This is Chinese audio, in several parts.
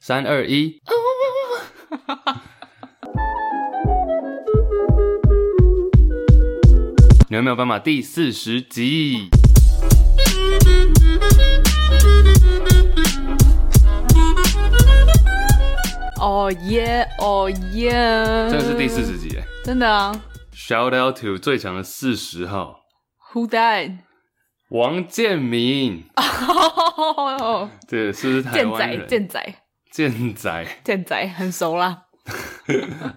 三二 一，你有没有办法？第四十集，哦耶，哦耶！真的是第四，十集耶真的啊！Shout out to 最强的四十号！Who died？王建民，哦，这是不是台健湾仔，人？啊健仔，健仔健仔，很熟啦。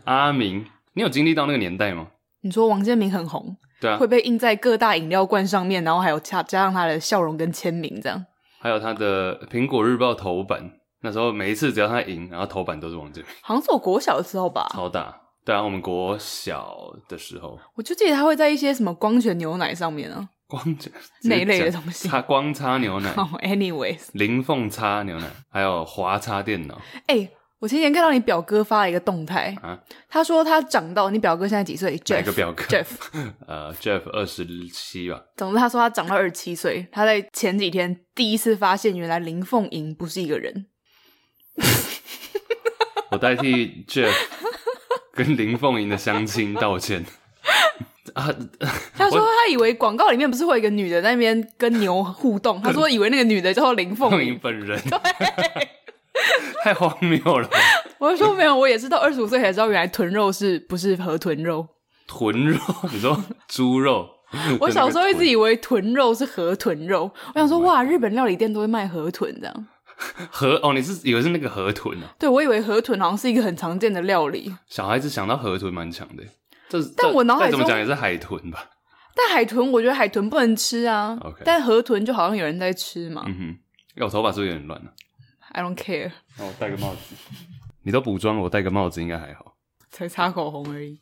阿明，你有经历到那个年代吗？你说王建民很红，对啊会，被印在各大饮料罐上面，然后还有加加上他的笑容跟签名，这样。还有他的《苹果日报》头版，那时候每一次只要他赢，然后头版都是王建民，好像是我国小的时候吧，超大。对啊，我们国小的时候，我就记得他会在一些什么光泉牛奶上面啊。 光直那一类直的接讲东西擦光擦牛奶哦、，anyways，零凤擦牛奶，还有华擦电脑，哎、我前几天看到你表哥发了一个动态，啊他说他长到你表哥现在几岁？Jeff？哪个表哥？Jeff，呃，Jeff 二十七吧，总之他说他长到二十七岁，他在前几天第一次发现，原来林凤营不是一 个人。我代替 Jeff 跟林凤营的相亲道歉。啊，他说他以为广告里面不是会有一个女的在那边跟牛互动，他 说以为那个女的叫做林凤凤营营。本人， 太荒谬了吧，我就说没有，我也是到二十五岁才知道，原来臀肉是不是河豚肉？臀肉，你说猪肉？ 我小时候一直己以为臀肉是河豚肉，我想说哇，日本料理店都会卖河豚这样。河哦，你是以为是那个河豚啊？对，我以为河豚好像是一个很常见的料理，小孩子想到河豚蛮强的，这但我脑海再怎么中讲也是海豚吧？但海豚我觉得海豚不能吃啊 OK 但河豚就好像有人在吃嘛。嗯哼，哎我头发是不是有点乱啊？ I don't care，那我戴个帽子。你都补妆，我戴个帽子应该还好。才擦口红而已。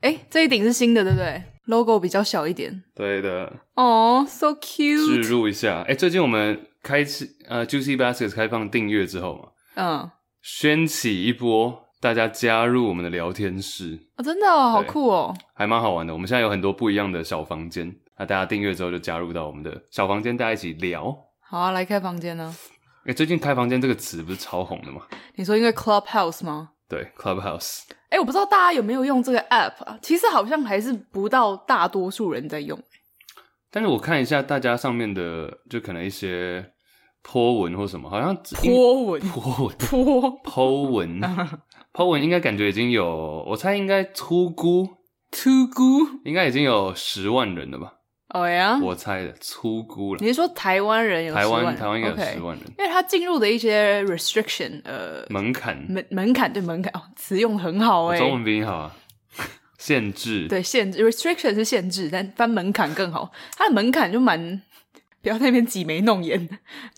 哎、这一顶是新的，对不对？logo 比较小一点。对的，哦、s o 置 cute。入一下。哎、最近我们开启呃 Juicy Baskets 开放订阅之后嘛，嗯，掀起一波大家加入我们的聊天室，哦，真的哦，好对酷哦。还蛮好玩的。我们现在有很多不一样的小房间，那大家订阅之后就加入到我们的小房间，大家一起聊。好啊，来开房间呢、哎、最近开房间这个词不是超红的吗？你说因为 Clubhouse 吗？对，Clubhouse。哎、我不知道大家有没有用这个 app 啊？其实好像还是不到大多数人在用。但是我看一下大家上面的，就可能一些波文或什么，好像只 波纹，波文波剖文， 剖文应该感觉已经有，我猜应该粗估，too good。应该已经有十万人了吧？哦呀，我猜的粗估了你，是说台湾人有台10湾万台湾应该有 OK 十万人，因为他进入的一些 restriction，呃，门槛，门门槛对门槛哦，词用得很好我哎、中文比你好 啊，限制，对，限制 restriction 是限制，但翻门槛更好。它的门槛就蛮，不要在那边挤眉弄眼，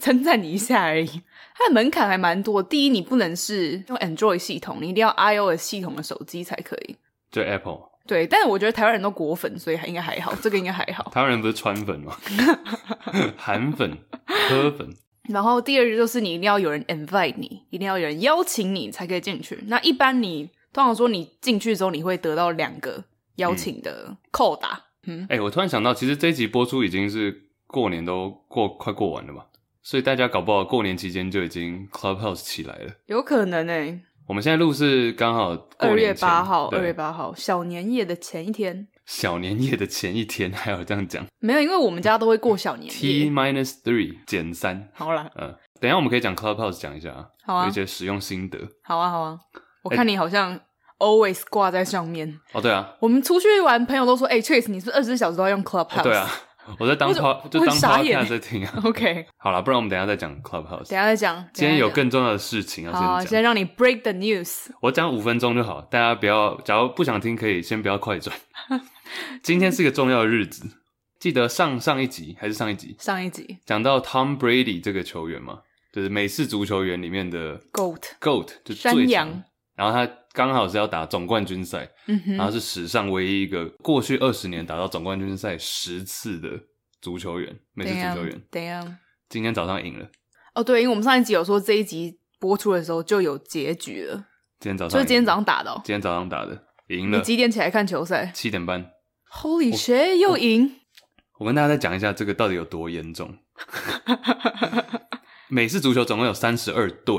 称赞你一下而已。它的门槛还蛮多。第一，你不能是用 Android 系统，你一定要 iOS 系统的手机才可以。就 Apple，对，但是我觉得台湾人都果粉，所以还应该还好，这个应该还好。台湾人不是川粉 吗？韩粉、科粉，然后第二个就是你一定要有人 invite 你，一定要有人邀请你才可以进去。那一般你通常说你进去之后，你会得到两个邀请的扣打。嗯，哎、我突然想到，其实这一集播出已经是过年都过快过完了吧，所以大家搞不好过年期间就已经 Clubhouse 起来了。有可能哎、我们现在录是刚好过二月年前八号，对二月八号小年夜的前一天，小年夜的前一天，还有这样讲没有，因为我们家都会过小年，T 夜。 minus three 减三。好啦，嗯，等一下我们可以讲 Clubhouse 讲一下啊，好啊有一些使用心得。好啊，好啊，我哎看你好像 always 挂在上面。哦，对啊，我们出去玩，朋友都说：“哎、c h a s e 你是二十四小时都要用 Clubhouse。哦对啊， 我在当我怎 pod 就我很当傻眼 podcast 在听啊。 OK，好了，不然我们等一下再讲等 Clubhouse。一下再讲。今天有等一更重要的事情要下再讲好啊，先讲，先让你 break the news。我讲五分钟就好，大家不要，假如不想听可以先不要快 转。今天是个重要的日子，记得上上一集还是上一集上一集讲到 Tom Brady 这个球员吗？就是美式足球员里面的 Goat GOAT，就最山强羊。然后他刚好是要打总冠军赛，嗯哼，然后是史上唯一一个过去二十年打到总冠军赛十次的足球员，美式怎样足球员。怎样？今天早上赢了，哦，对，因为我们上一集有说这一集播出的时候就有结局了，今天早就上是今天赢了早上打的、哦。今天早上打的，赢你了几点起来看球赛七点半。 ？Holy shit，又赢！我跟大家再讲一下这个到底有多严 重。美式足球总共有三十二队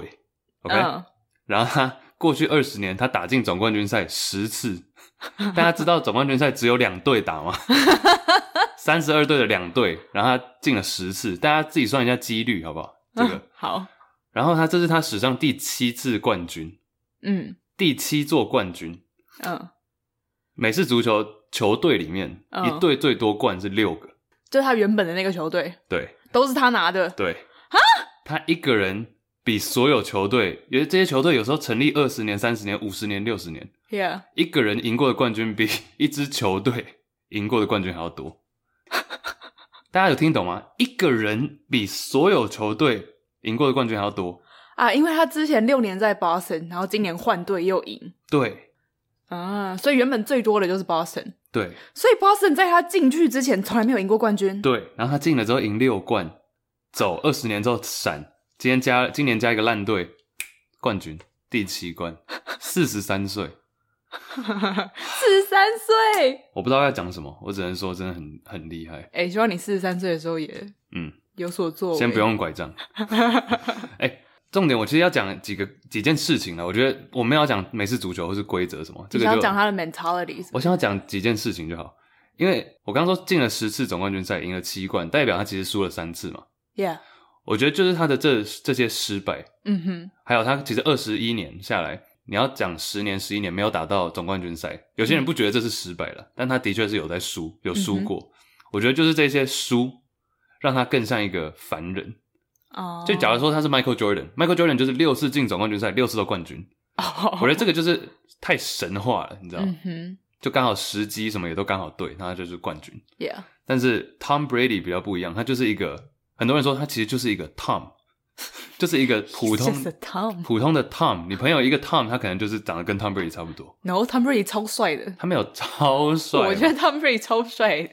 ，OK，、嗯，然后他过去二十年他打进总冠军赛十次，大家知道总冠军赛只有两队打吗？ 三十二队的两队，然后他进了十次，大家自己算一下几率好不好？这嗯个， 好，然后他这是他史上第七次冠军，嗯第七座冠军。嗯，美式足球球队里面，嗯一队最多冠是六个，就是他原本的那个球队对，都是他拿的，对他一个人比所有球队，因为这些球队有时候成立二十年、三十年、五十年、六十年， ，Yeah，一个人赢过的冠军比 一支球队赢过的冠军还要多。大家有听懂吗？一个人比所有球队赢过的冠军还要多。啊，因为他之前六年在 Boston，然后今年换队又赢对啊，所以原本最多的就是 Boston，对所以 Boston 在他进去之前从来没有赢过冠军，对，然后他进了之后赢六冠，走二十年之后闪，今天加今年加一个烂队，冠军第七冠，四十三岁。四十三岁，我不知道要讲什么，我只能说真的很很厉害。哎、希望你四十三岁的时候也嗯，有所作为，先不，用拐 杖。哎、重点我其实要讲几个几件事情了。我觉得我们要讲美式足球或是规则什么，这你个想就要讲他的 mentality，我想要讲几件事情就好。因为我刚刚说进了十次总冠军赛，赢了七冠，代表他其实输了三次嘛。 ，Yeah，我觉得就是他的这这些失败，嗯哼，还有他其实二十一年下来，你要讲十年、十一年没有打到总冠军赛，有嗯些人不觉得这是失败了，但他的确是有在输，有输过。我觉得就是这些输，让他更像一个凡人。哦、就假如说他是 Michael Jordan，Michael Jordan 就是六次进总冠军赛，六次都冠军。哦，我觉得这个就是太神话了，你知道吗嗯？哼就刚好时机什么也都刚好对，那他就是冠军。 ，Yeah，但是 Tom Brady 比较不一样，他就是一个很多人说他其实就是一个 Tom，就是一个 普 He's just a 通 Tom，No，Tom 普通的 Tom。你朋友一个 Tom，他可能就是长得跟 Tom Brady 差不多， Brady 超帅的，他没有超帅嘛，我觉得 Tom Brady 超帅的，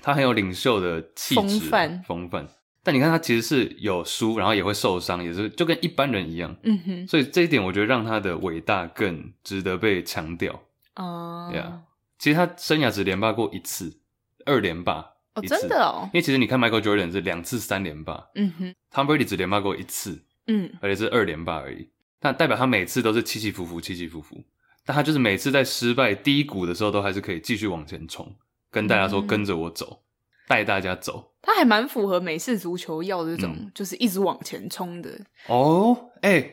他很有领袖的气质风范风范。但你看他其实是有输，然后也会受伤，也是就跟一般人一样。嗯哼，所以这一点，我觉得让他的伟大更值得被强调。哦、 Yeah 其实他生涯只连霸过一次，二连霸哦，一次真的哦因，为其实你看 Michael Jordan 是两次三连霸嗯哼， ，Tom Brady 只连霸过一次，嗯而且是二连霸而已。那代表他每次都是起起伏伏，起起伏伏。但他就是每次在失败低谷的时候，都还是可以继续往前冲，跟大家说嗯跟着我走，带大家走。他还蛮符合美式足球要的这嗯种，就是一直往前冲的。哦，哎，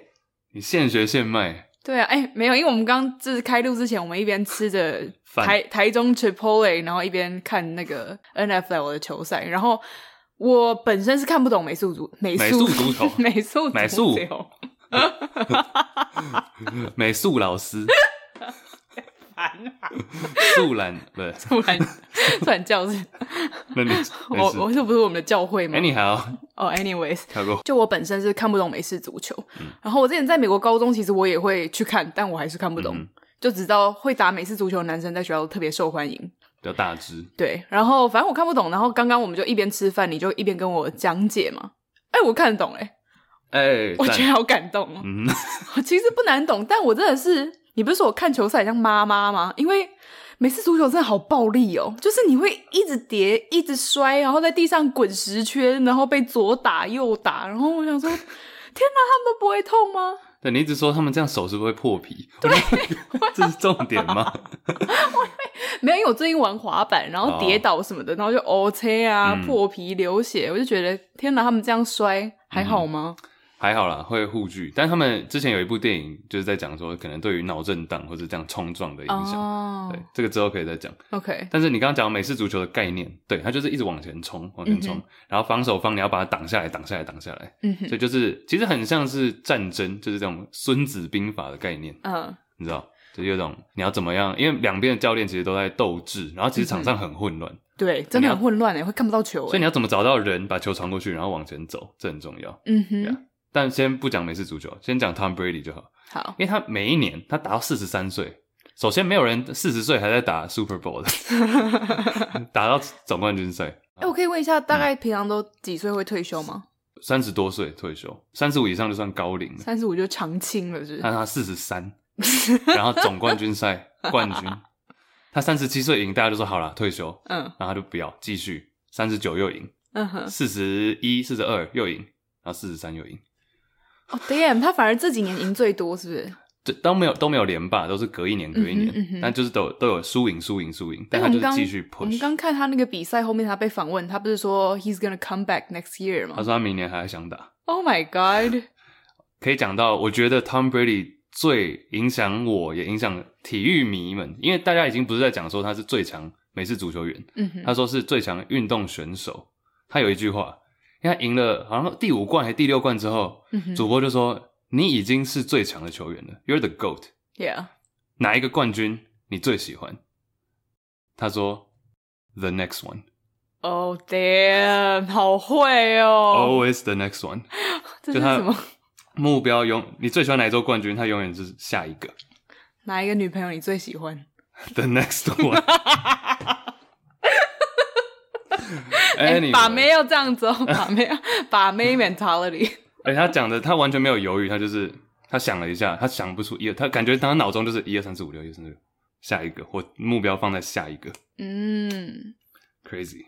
你现学现卖，对啊，哎、没有，因为我们刚就是开录之前，我们一边吃着饭台台中 Chipotle，然后一边看那个 NFL 的球赛。然后我本身是看不懂美术足美美术术足球 美术美术足球美术老师 烦啊！素兰不是？突 然突然叫是，那你 我我这不是我们的教会吗？哎，你还要哦、a n y w a y s 跳过？就我本身是看不懂美式足球，嗯然后我之前在美国高中，其实我也会去看，但我还是看不懂。嗯就只知道会打美式足球的男生在学校特别受欢迎，比较大只，对。然后反正我看不懂，然后刚刚我们就一边吃饭，你就一边跟我讲解嘛。哎、我看得懂哎、哎、 我觉赞得好感动哦、嗯， 其实不难懂，但我真的是，你不是说我看球赛很像妈妈吗？因为美式足球真的好暴力哦，就是你会一直跌，一直摔，然后在地上滚十圈，然后被左打右打，然后我想 说，天哪，他们都不会痛吗？对你一直说他们这样手是不是会破皮？对，这是重点吗？没有，因为我最近玩滑板，然后跌倒什么的，然后就 O K 啊，啊嗯破皮流血，我就觉得天哪，他们这样摔还好吗？还好啦，会护具，但他们之前有一部电影就是在讲说，可能对于脑震荡或者这样冲撞的影响。哦对，这个之后可以再讲。 o k 但是你刚刚讲美式足球的概念，对，它就是一直往前冲，往前冲，嗯然后防守方你要把它挡下来，挡下来，挡下来，嗯哼，所以就是其实很像是战争，就是这种《孙子兵法》的概念。嗯，你知道，就有一种你要怎么样，因为两边的教练其实都在斗智，然后其实场上很混乱，对，真的很混乱哎，会看不到球所以哎你，要怎么找到人把球传过去，然后往前走，这很重要。嗯哼，但先不讲美式足球，先讲 Tom Brady 就好，好，因为他每一年他打到四十三岁，首先没有人四十岁还在打 Super Bowl 的， 打到总冠军赛，哎、我可以问一下，嗯大概平常都几岁会退休吗？三十多岁退休，三十五以上就算高龄了，三十五就长青了，是不但他四十三，然后总冠军赛冠军，他三十七岁赢，大家就说好了退休，嗯然后他就不要继续，三十九又赢，嗯哼，四十一、四十二又赢，然后四十三又赢，哦、d a m n 他反而这几年赢最多，是不是？这都没有都没有连霸，都是隔一年隔一年，嗯哼嗯哼但就是都有都有输赢输赢输赢，但哎他我就是们刚继续我们 push。刚看他那个比赛后面，他被访问，他不是说 he's gonna come back next year 他吗说他明年还想打， ？Oh my god！ 可以讲到，我觉得 Tom Brady 最影响我，也影响体育迷们，因为大家已经不是在讲说他是最强美式足球员，嗯哼，他说是最强运动选手。他有一句话，因为他赢了好像第五冠还第六冠之后，嗯哼主播就说你已经是最强的球员了，You're the goat。 ，Yeah，哪一个冠军你最喜欢？他说 The next one, 哦、oh, damn，好会哦！ always the next one。 这就是他什么？目标永你最喜欢哪一座冠军？他永远是下一个 哪一个女朋友你最喜欢？ the next one。 哎 Anyway，把妹要这样子哦，把妹把 妹 mentality。而且他讲的，他完全没有犹豫，他就是他想了一下，他想不出一，二，他感觉他脑中就是一二三四五六，一二三四五六，下一个，我目标放在下一个嗯， ，crazy，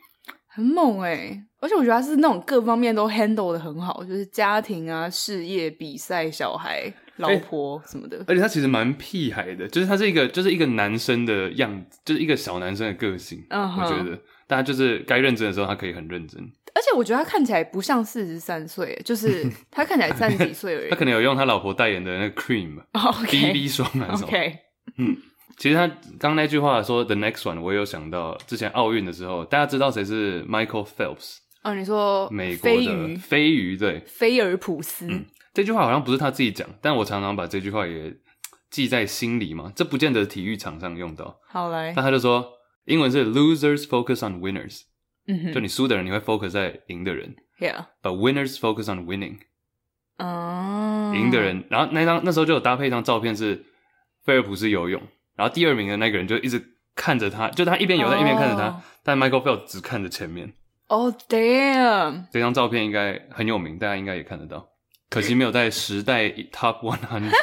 很猛哎、而且我觉得他是那种各方面都 handle 的很好，就是家庭啊、事业、比赛、小孩、老婆什么的。而且他其实蛮屁孩的，就是他是一个就是一个男生的样子，就是一个小男生的个性嗯哼我觉得，但他就是该认真的时候，他可以很认真，而且我觉得他看起来不像四十三岁，欸就是 他看起来三十几岁而已他。可能有用他老婆代言的那个 cream OK BB 霜还是什么 OK，其实他刚那句话说 the next one，我也有想到之前奥运的时候，大家知道谁是 Michael Phelps，哦，你说美国飞的鱼飞鱼对。菲尔普斯，嗯这句话好像不是他自己讲，但我常常把这句话也记在心里嘛。这不见得体育场上用到，好来但，他就说，英文是 losers focus on winners，、嗯就哼你输的人你会 focus 在赢的人，Yeah， ，but winners focus on winning，嗯，赢的人。然后那张那时候就有搭配一张照片是菲尔普斯游泳，然后第二名的那个人就一直看着他，就他一边游在一边看着他哦但 Michael Phelps 只看着前面。 ，Oh damn，这张照片应该很有名，大家应该也看得到。可惜没有在时代 Top One Hundred，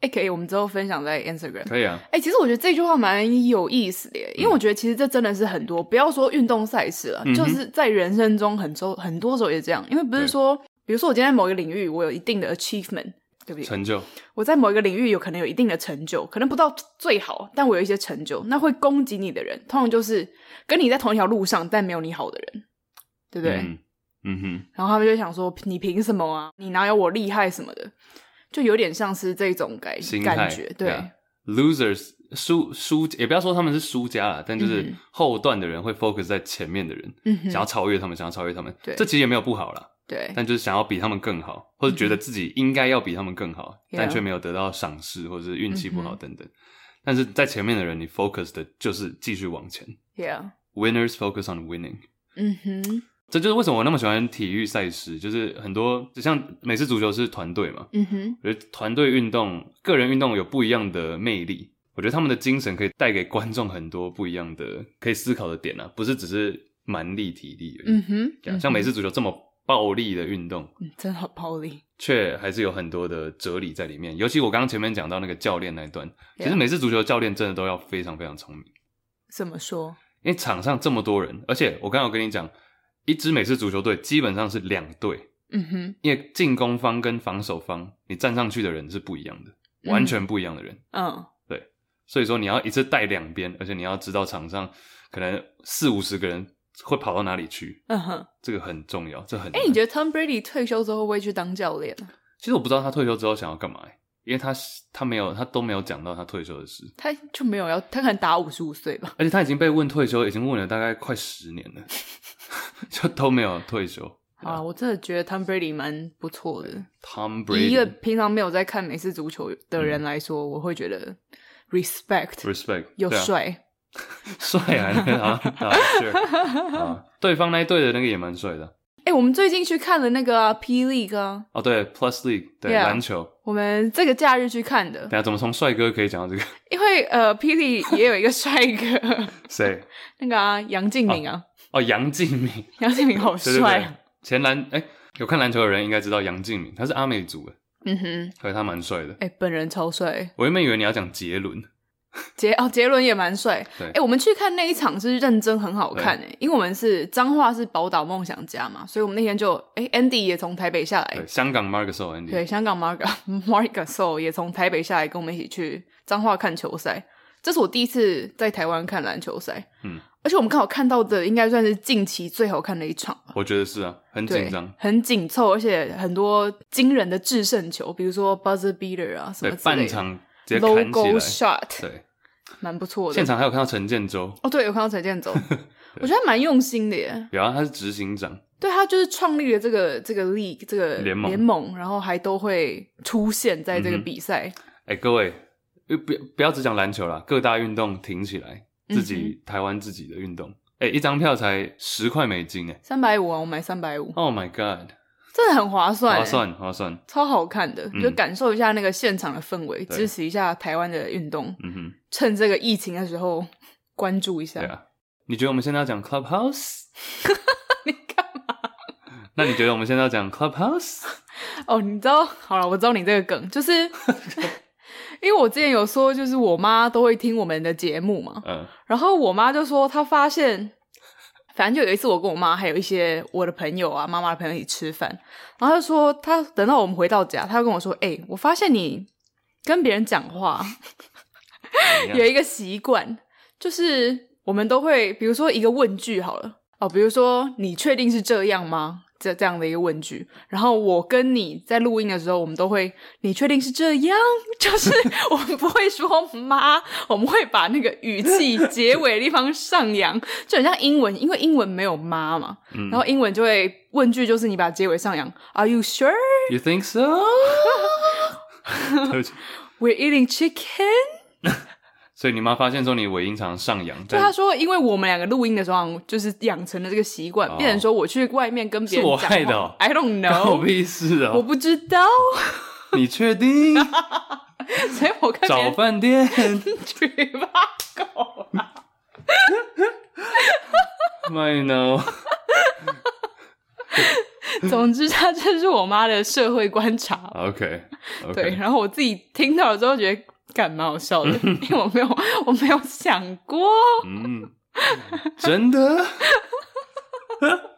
哎，可以，我们之后分享在 Instagram。可以啊。哎、其实我觉得这句话蛮有意思的耶，因为我觉得其实这真的是很多，不要说运动赛事了，嗯嗯哼就是在人生中很多很多时候也这样，因为不是对说，比如说我今天在某一个领域我有一定的 achievement，对不对？成就，我在某一个领域有可能有一定的成就，可能不到最好，但我有一些成就，那会攻击你的人，通常就是跟你在同一条路上，但没有你好的人，对不对？嗯，嗯哼，然后他们就想说，你凭什么啊？你哪有我厉害什么的？就有点像是这种感心态感觉，对。 ，losers 输输，也不要说他们是输家啦，但就是嗯后段的人会 focus 在前面的人，嗯想要哼，超越他们，想要超越他们，对这其实也没有不好啦，对，嗯但就是想要比他们更好，或者觉得自己应该要比他们更好， Yeah 但却没有得到赏识，或者是运气不好嗯哼等等。但是在前面的人，你 focus 的就是继续往前 yeah， ，winners focus on winning。嗯哼，这就是为什么我那么喜欢体育赛事，就是很多就像美式足球是团队嘛，嗯哼，我觉得团队运动、个人运动有不一样的魅力。我觉得他们的精神可以带给观众很多不一样的可以思考的点啊，不是只是蛮力、体力而已。嗯哼，对啊像美式足球这么暴力的运动，嗯，真的好暴力。却还是有很多的哲理在里面。尤其我刚刚前面讲到那个教练那一段，其实 Yeah 美式足球教练真的都要非常非常聪明，怎么说？因为场上这么多人，而且我刚刚有跟你讲，一支美式足球队基本上是两队，嗯哼，因为进攻方跟防守方，你站上去的人是不一样的，完全不一样的人。嗯，所以说你要一次带两边，而且你要知道场上可能四五十个人会跑到哪里去，嗯哼。这个很重要，这很难。哎、你觉得 Tom Brady 退休之后会不会去当教练啊？其实我不知道他退休之后想要干嘛、欸因为他他没有他都没有讲到他退休的事，他就没有要，他可能打五十五岁吧。而且他已经被问退休，已经问了大概快十年了， 就都没有退休。好啊，我真的觉得 Tom Brady 蛮不错的。 Tom 以一个 Brady 平常没有在看美式足球的人来说，我会觉得 respect respect 又对啊帅。 帅啊，那个啊啊，是啊，对方那一队的那个也蛮帅的。哎、我们最近去看了那个、啊、霹雳哥、啊，哦，对，Plus League，对 Yeah 篮球。我们这个假日去看的等，下怎么从帅哥可以讲到这个？因为呃，霹雳也有一个帅哥， 谁？那个啊，杨敬敏啊，哦，杨敬敏，杨敬敏好对对帅对啊，，前篮哎，有看篮球的人应该知道杨敬敏，他是阿美族的，嗯哼，对，他蛮帅的。哎、本人超帅，我原本以为你要讲杰伦，杰哦，杰伦也蛮帅。对哎、我们去看那一场是认真很好看哎、因为我们是彰化是宝岛梦想家嘛，所以我们那天就哎、Andy 也从台北下来对，，香港 Marcus o Andy，哎对，香港 Marga Marga So 也从台北下来跟我们一起去彰化看球赛，这是我第一次在台湾看篮球赛，嗯，而且我们刚好看到的应该算是近期最好看的一场吧。我觉得是啊，很对紧张，，很紧凑，而且很多惊人的制胜球，比如说 buzzer beater 啊什对么，之类半的场直接砍 logo 起 shot，来，对，蛮不错的。现场还有看到陈建州，哦，对，有看到陈建 州，我觉得他蛮用心的耶。有啊，他是执行长，对他就是创立了这个这个 league 这个联盟联盟，然后还都会出现在这个嗯哼比赛。哎、各位，呃不不要只讲篮球啦，各大运动挺起来，嗯哼自己、台湾自己的运动，哎、一张票才十块美金、哎三百五啊，我买三百五， ，Oh my God，真的很划算，划，算划算，超好看的，嗯就感受一下那个现场的氛围，对支持一下台湾的运动，嗯哼，趁这个疫情的时候关注一对下。啊，你觉得我们现在要讲 Clubhouse？你干嘛？那你觉得我们现在要讲 Clubhouse？哦，你知道，好了，我知道你这个梗，就是 因为我之前有说，就是我妈都会听我们的节目嘛，嗯然后我妈就说她发现，反正就有一次我跟我妈还有一些我的朋友啊，妈妈的朋友一起吃饭，然后她就说她等到我们回到家，她就跟我说：“哎、我发现你跟别人讲话怎样有一个习惯，就是我们都会，比如说一个问句好了，哦，比如说你确定是这样吗？”这这样的一个问句，然后我跟你在录音的时候，我们都会，你确定是这样？就是 我们不会说妈，我们会把那个语气结尾的地方上扬，就很像英文，因为英文没有妈嘛，嗯然后英文就会问句就是你把结尾上扬，Are you sure ，You think so？对不起， we're eating chicken？所以你妈发现说你尾音常上扬，就但他说，因为我们两个录音的时候，就是养成了这个习惯，哦变成说我去外面跟别人是我讲害的话哦 i don't 关 我 know，屁事我哦！不知道，你确 定？所以我看别找人饭店。嘴巴狗， My no，总之，他这是我妈的社会观察 OK，, o 对， k 然后我自己听到了之后觉得，干蛮好笑的， 因为我没有我没有想过，嗯，真的，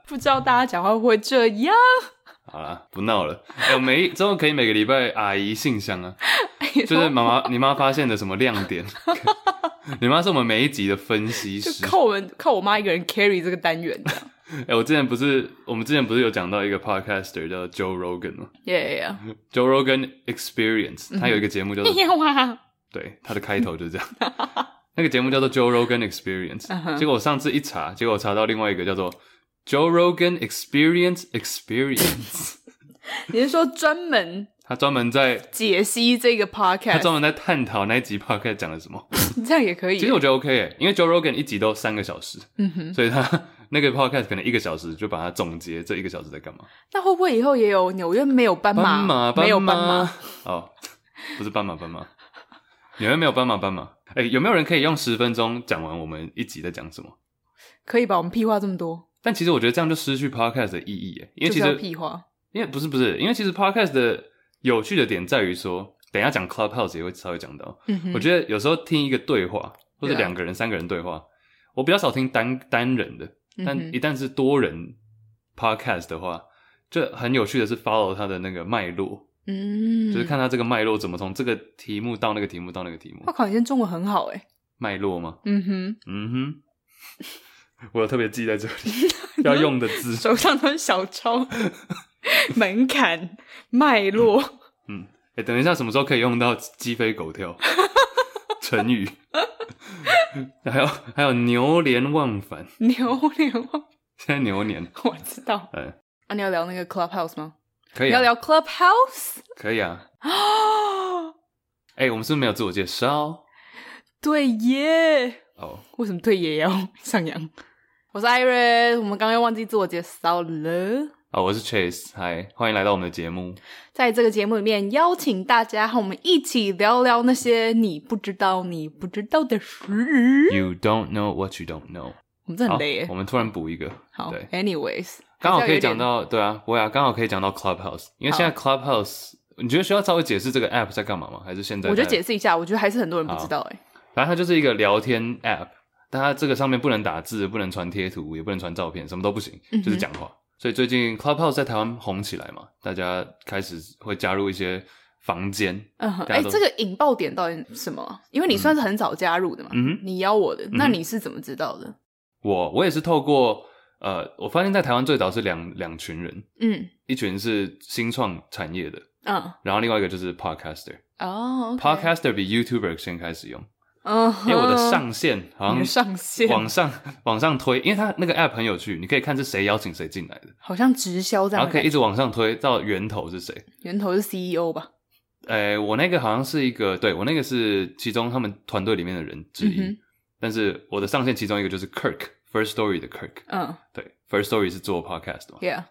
不知道大家讲话会不会这样，好啦，不闹了。哎、我每之后可以每个礼拜阿姨信箱啊，就然后是妈妈你妈发现的什么亮 点，你妈是我们每一集的分析师就。 靠我们靠我妈一个人 carry 这个单元的，哎、我之前不是我们之前不是有讲到一个 podcaster 叫 Joe Rogan 吗耶 呀？Joe Rogan 嗯 Experience，他有一个节目叫做、呀嗯哇！对，他的开头就是这 样。那个节目叫做 Joe Rogan Experience，、嗯哼结果我上次一查，结果我查到另外一个叫做 Joe Rogan Experience Experience， 你是说专门他专门在解析这个他 podcast，专门在探讨那一集 podcast 讲了什么。 这样也可以？其实我觉得 OK，耶因为 Joe Rogan 一集都三个小时，嗯哼，所以他 那个 podcast 可能一个小时就把它总结这一个小时在干嘛。那会不会以后也有纽约没有斑马，斑马，没有斑斑马？哦， 不是斑马，斑马，纽约没有斑马，斑马。哎、有没有人可以用十分钟讲完我们一集在讲什么？可以吧？我们屁话这么多，但其实我觉得这样就失去 podcast 的意义耶，因为就其是要实屁话。因为不是不是，因为其实 podcast 的有趣的点在于说，等一下讲 clubhouse 也会稍微讲到。嗯哼，我得觉得有时候听一个对话，或者对啊两个人、三个人对话，我比较少听单单人的，嗯但一旦是多人 podcast 的话，就很有趣的是 follow 它的那个脉络，嗯，就是看它这个脉络怎么从这个题目到那个题目到那个题目哇，靠，你今天中文很好哎。脉络吗？嗯嗯 哼，我有特别记在这里要用的字哼，，手上都是小抄， 门槛、脉 络，嗯，哎、等一下，什么时候可以用到鸡飞狗 跳成语？ 还有还有牛年忘返，牛牛，现在牛年，我知道。嗯、啊，你要聊那个 Clubhouse 吗？可你以、要啊，聊 Clubhouse 可以啊。啊？哎、我们是不是没有自我介绍对耶，哦，为什么对也要上扬？我是 Iris，我们刚刚又忘记自我介绍了。啊、我是 Chase，嗨，欢迎来到我们的节目。在这个节目里面，邀请大家和我们一起聊聊那些你不知道、你不知道的事。 You don't know what you don't know。我们真的好很累耶我。们突然补一个，好对， ，anyways，刚好还可是要以有讲点到，对啊，我呀，刚好可以讲到 Clubhouse，因为现在 Clubhouse，你觉得需要稍微解释这个 app 在干嘛吗？还是现在？我觉得解，释一下，我觉得还是很多人不知道哎。反正它就是一个聊天 app，但它这个上面不能打字，不能传贴图，也不能传照片，什么都不行，嗯就是讲话。所以最近 Clubhouse 在台湾红起来嘛，大家开始会加入一些房间，嗯哼，大家哎，都这个引爆点到底是什么？因为你算是很早加入的嘛，嗯哼你邀我的，嗯那哼你是怎么知道的？我我也是透过呃，我发现在台湾最早是两两群人，嗯一群是新创产业的，嗯，然后另外一个就是 podcaster。哦 OK podcaster 比 YouTuber 先开始用，嗯因为我的哼上限好你像的上线往上往上推，因为它那个 app 很有趣，你可以看是谁邀请谁进来的，好像直销这然样后可的感以觉，一直往上推到源头是谁。源头是 CEO 吧？呃，我那个好像是一个，对我那个是其中他们团队里面的人之一，嗯但是我的上线其中一个就是 Kirk First Story 的 Kirk，嗯对 First Story 是做 podcast 的嘛， ，Yeah，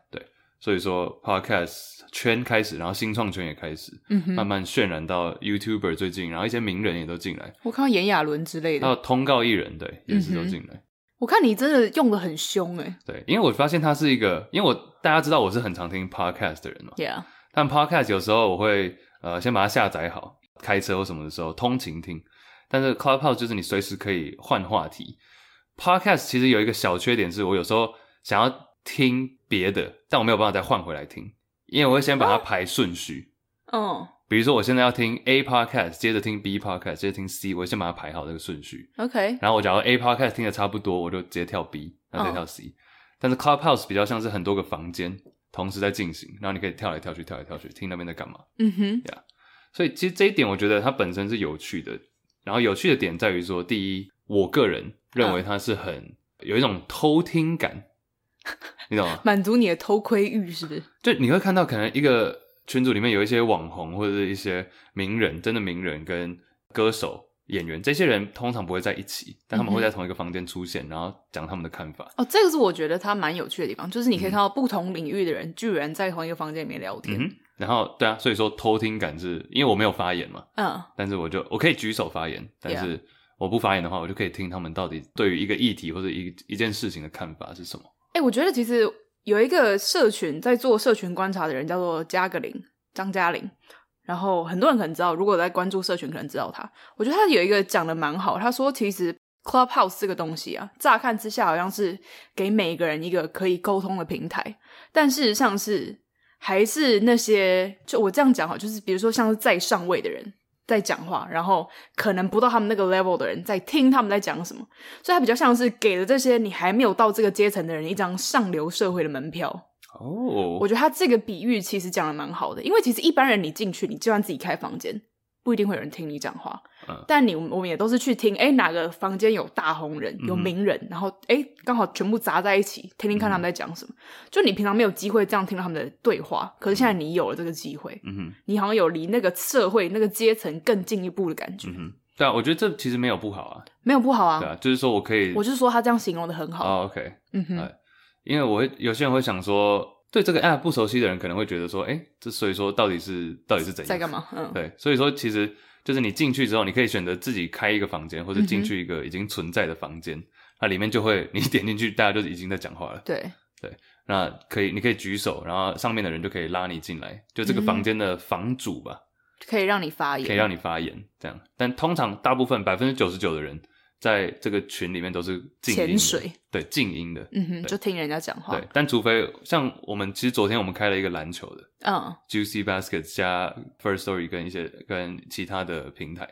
所以说 podcast 圈开始，然后新创圈也开始，嗯慢哼，慢渲染到 YouTuber 最近，然后一些名人也都进来，我看到炎亚纶之类还有的，通告艺人，对，也是都嗯哼进来。我看你真的用的很凶哎对，因为我发现它是一个，因为我大家知道我是很常听 podcast 的人嘛， ，Yeah，但 podcast 有时候我会呃先把它下载好，开车或什么的时候通勤听。但是 Clubhouse 就是你随时可以换话题。podcast 其实有一个小缺点是，我有时候想要听别的，但我没有办法再换回来听，因为我会先哦把它排顺序。嗯比如说，我现在要听 A podcast，接着听 B podcast，接着听 C，我会先把它排好这个顺序。 ，OK，然后我假如 A podcast 听的差不多，我就直接跳 B，然后再跳 C。但是 Clubhouse 比较像是很多个房间同时在进行，然后你可以跳来跳去，跳来跳去，听那边在干嘛。嗯哼，所以其实这一点，我觉得它本身是有趣的。然后有趣的点在于说，第一，我个人认为它是很、有一种偷听感，你懂吗？满足你的偷窥欲是不是？就你会看到，可能一个群组里面有一些网红或者是一些名人，真的名人跟歌手、演员这些人通常不会在一起，但他们嗯哼会在同一个房间出现，然后讲他们的看法。哦，这个是我觉得它蛮有趣的地方，就是你可以嗯看到不同领域的人居然在同一个房间里面聊嗯天。哼，然后对啊，所以说偷听感是因为我没有发言嘛，嗯但是我就我可以举手发言，但是我不发言的话，我就可以听他们到底对于一个议题或者一一件事情的看法是什么。哎、我觉得其实有一个社群在做社群观察的人叫做加格林，张嘉玲。然后很多人可能知道，如果有在关注社群，可能知道他。我觉得他有一个讲的蛮好，他说其实 Clubhouse 这个东西啊，乍看之下好像是给每个人一个可以沟通的平台，但事实上是还是那些就我这样讲好，就是比如说像是在上位的人在讲话，然后可能不到他们那个 level 的人在听他们在讲什么。所以它比较像是给了这些你还没有到这个阶层的人一张上流社会的门票。哦我觉得他这个比喻其实讲的蛮好的，因为其实一般人你进去，你就算自己开房间，不一定会有人听你讲话。嗯但你我们也都是去听，哎，哪个房间有大红人、有嗯哼名人，然后哎，刚好全部砸在一起，听听看他嗯们在讲什么。就你平常没有机会这样听到他们的对话，可是现在你有了这个机会，嗯哼，你好像有离那个社会、那个阶层更进一步的感觉，嗯哼，对啊，我觉得这其实没有不好啊，没有不好啊。对啊，就是说我可以，我就说他这样形容的很好。哦，OK，嗯哼，哎因为我会有些人会想说，对这个 app 不熟悉的人可能会觉得说，哎，这所以说到底是到底是怎样在干？嘛？嗯，对，所以说其实就是你进去之后，你可以选择自己开一个房间，或者嗯进去一个已经存在的房间，那里面就会你点进去，大家就已经在讲话了。对，那可以，你可以举手，然后上面的人就可以拉你进来，就这个房间的房主吧，可以让你发嗯言，可以让你发言这样。但通常大部分百分之九十九的人在这个群里面都是静音的潜水，对静音的，嗯哼，对就听人家讲话对。，但除非像我们，其实昨天我们开了一个篮球的嗯 Juicy Basket 加 First Story 跟一些跟其他的平台，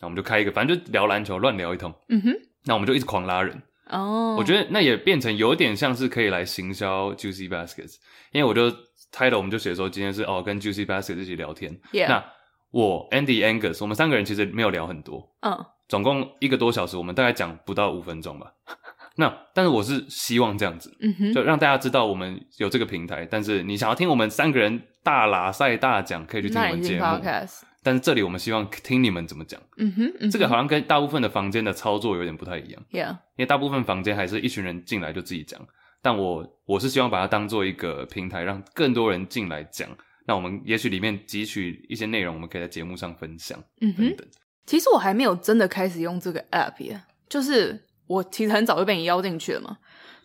那我们就开一个，反正就聊篮球，乱聊一通。嗯哼，那我们就一直狂拉人，哦，我觉得那也变成有点像是可以来行销 Juicy Baskets，因为我就 title 我们就写说今天是哦跟 Juicy Baskets 一起聊天。 Yeah 那我 Andy Angus 我们三个人其实没有聊很多，嗯总共一个多小时，我们大概讲不到五分钟吧。 那但是我是希望这样子，嗯哼，就让大家知道我们有这个平台，但是你想要听我们三个人大拉赛大讲，可以去听我那们你节进目。 podcast，但是这里我们希望听你们怎么讲。嗯哼，嗯哼这个好像跟大部分的房间的操作有点不太一样， ，Yeah，因为大部分房间还是一群人进来就自己讲，但我我是希望把它当做一个平台，让更多人进来讲。那我们也许里面汲取一些内容，我们可以在节目上分享嗯等哼。等。其实我还没有真的开始用这个 app 耶，就是我其实很早就被你邀进去了嘛。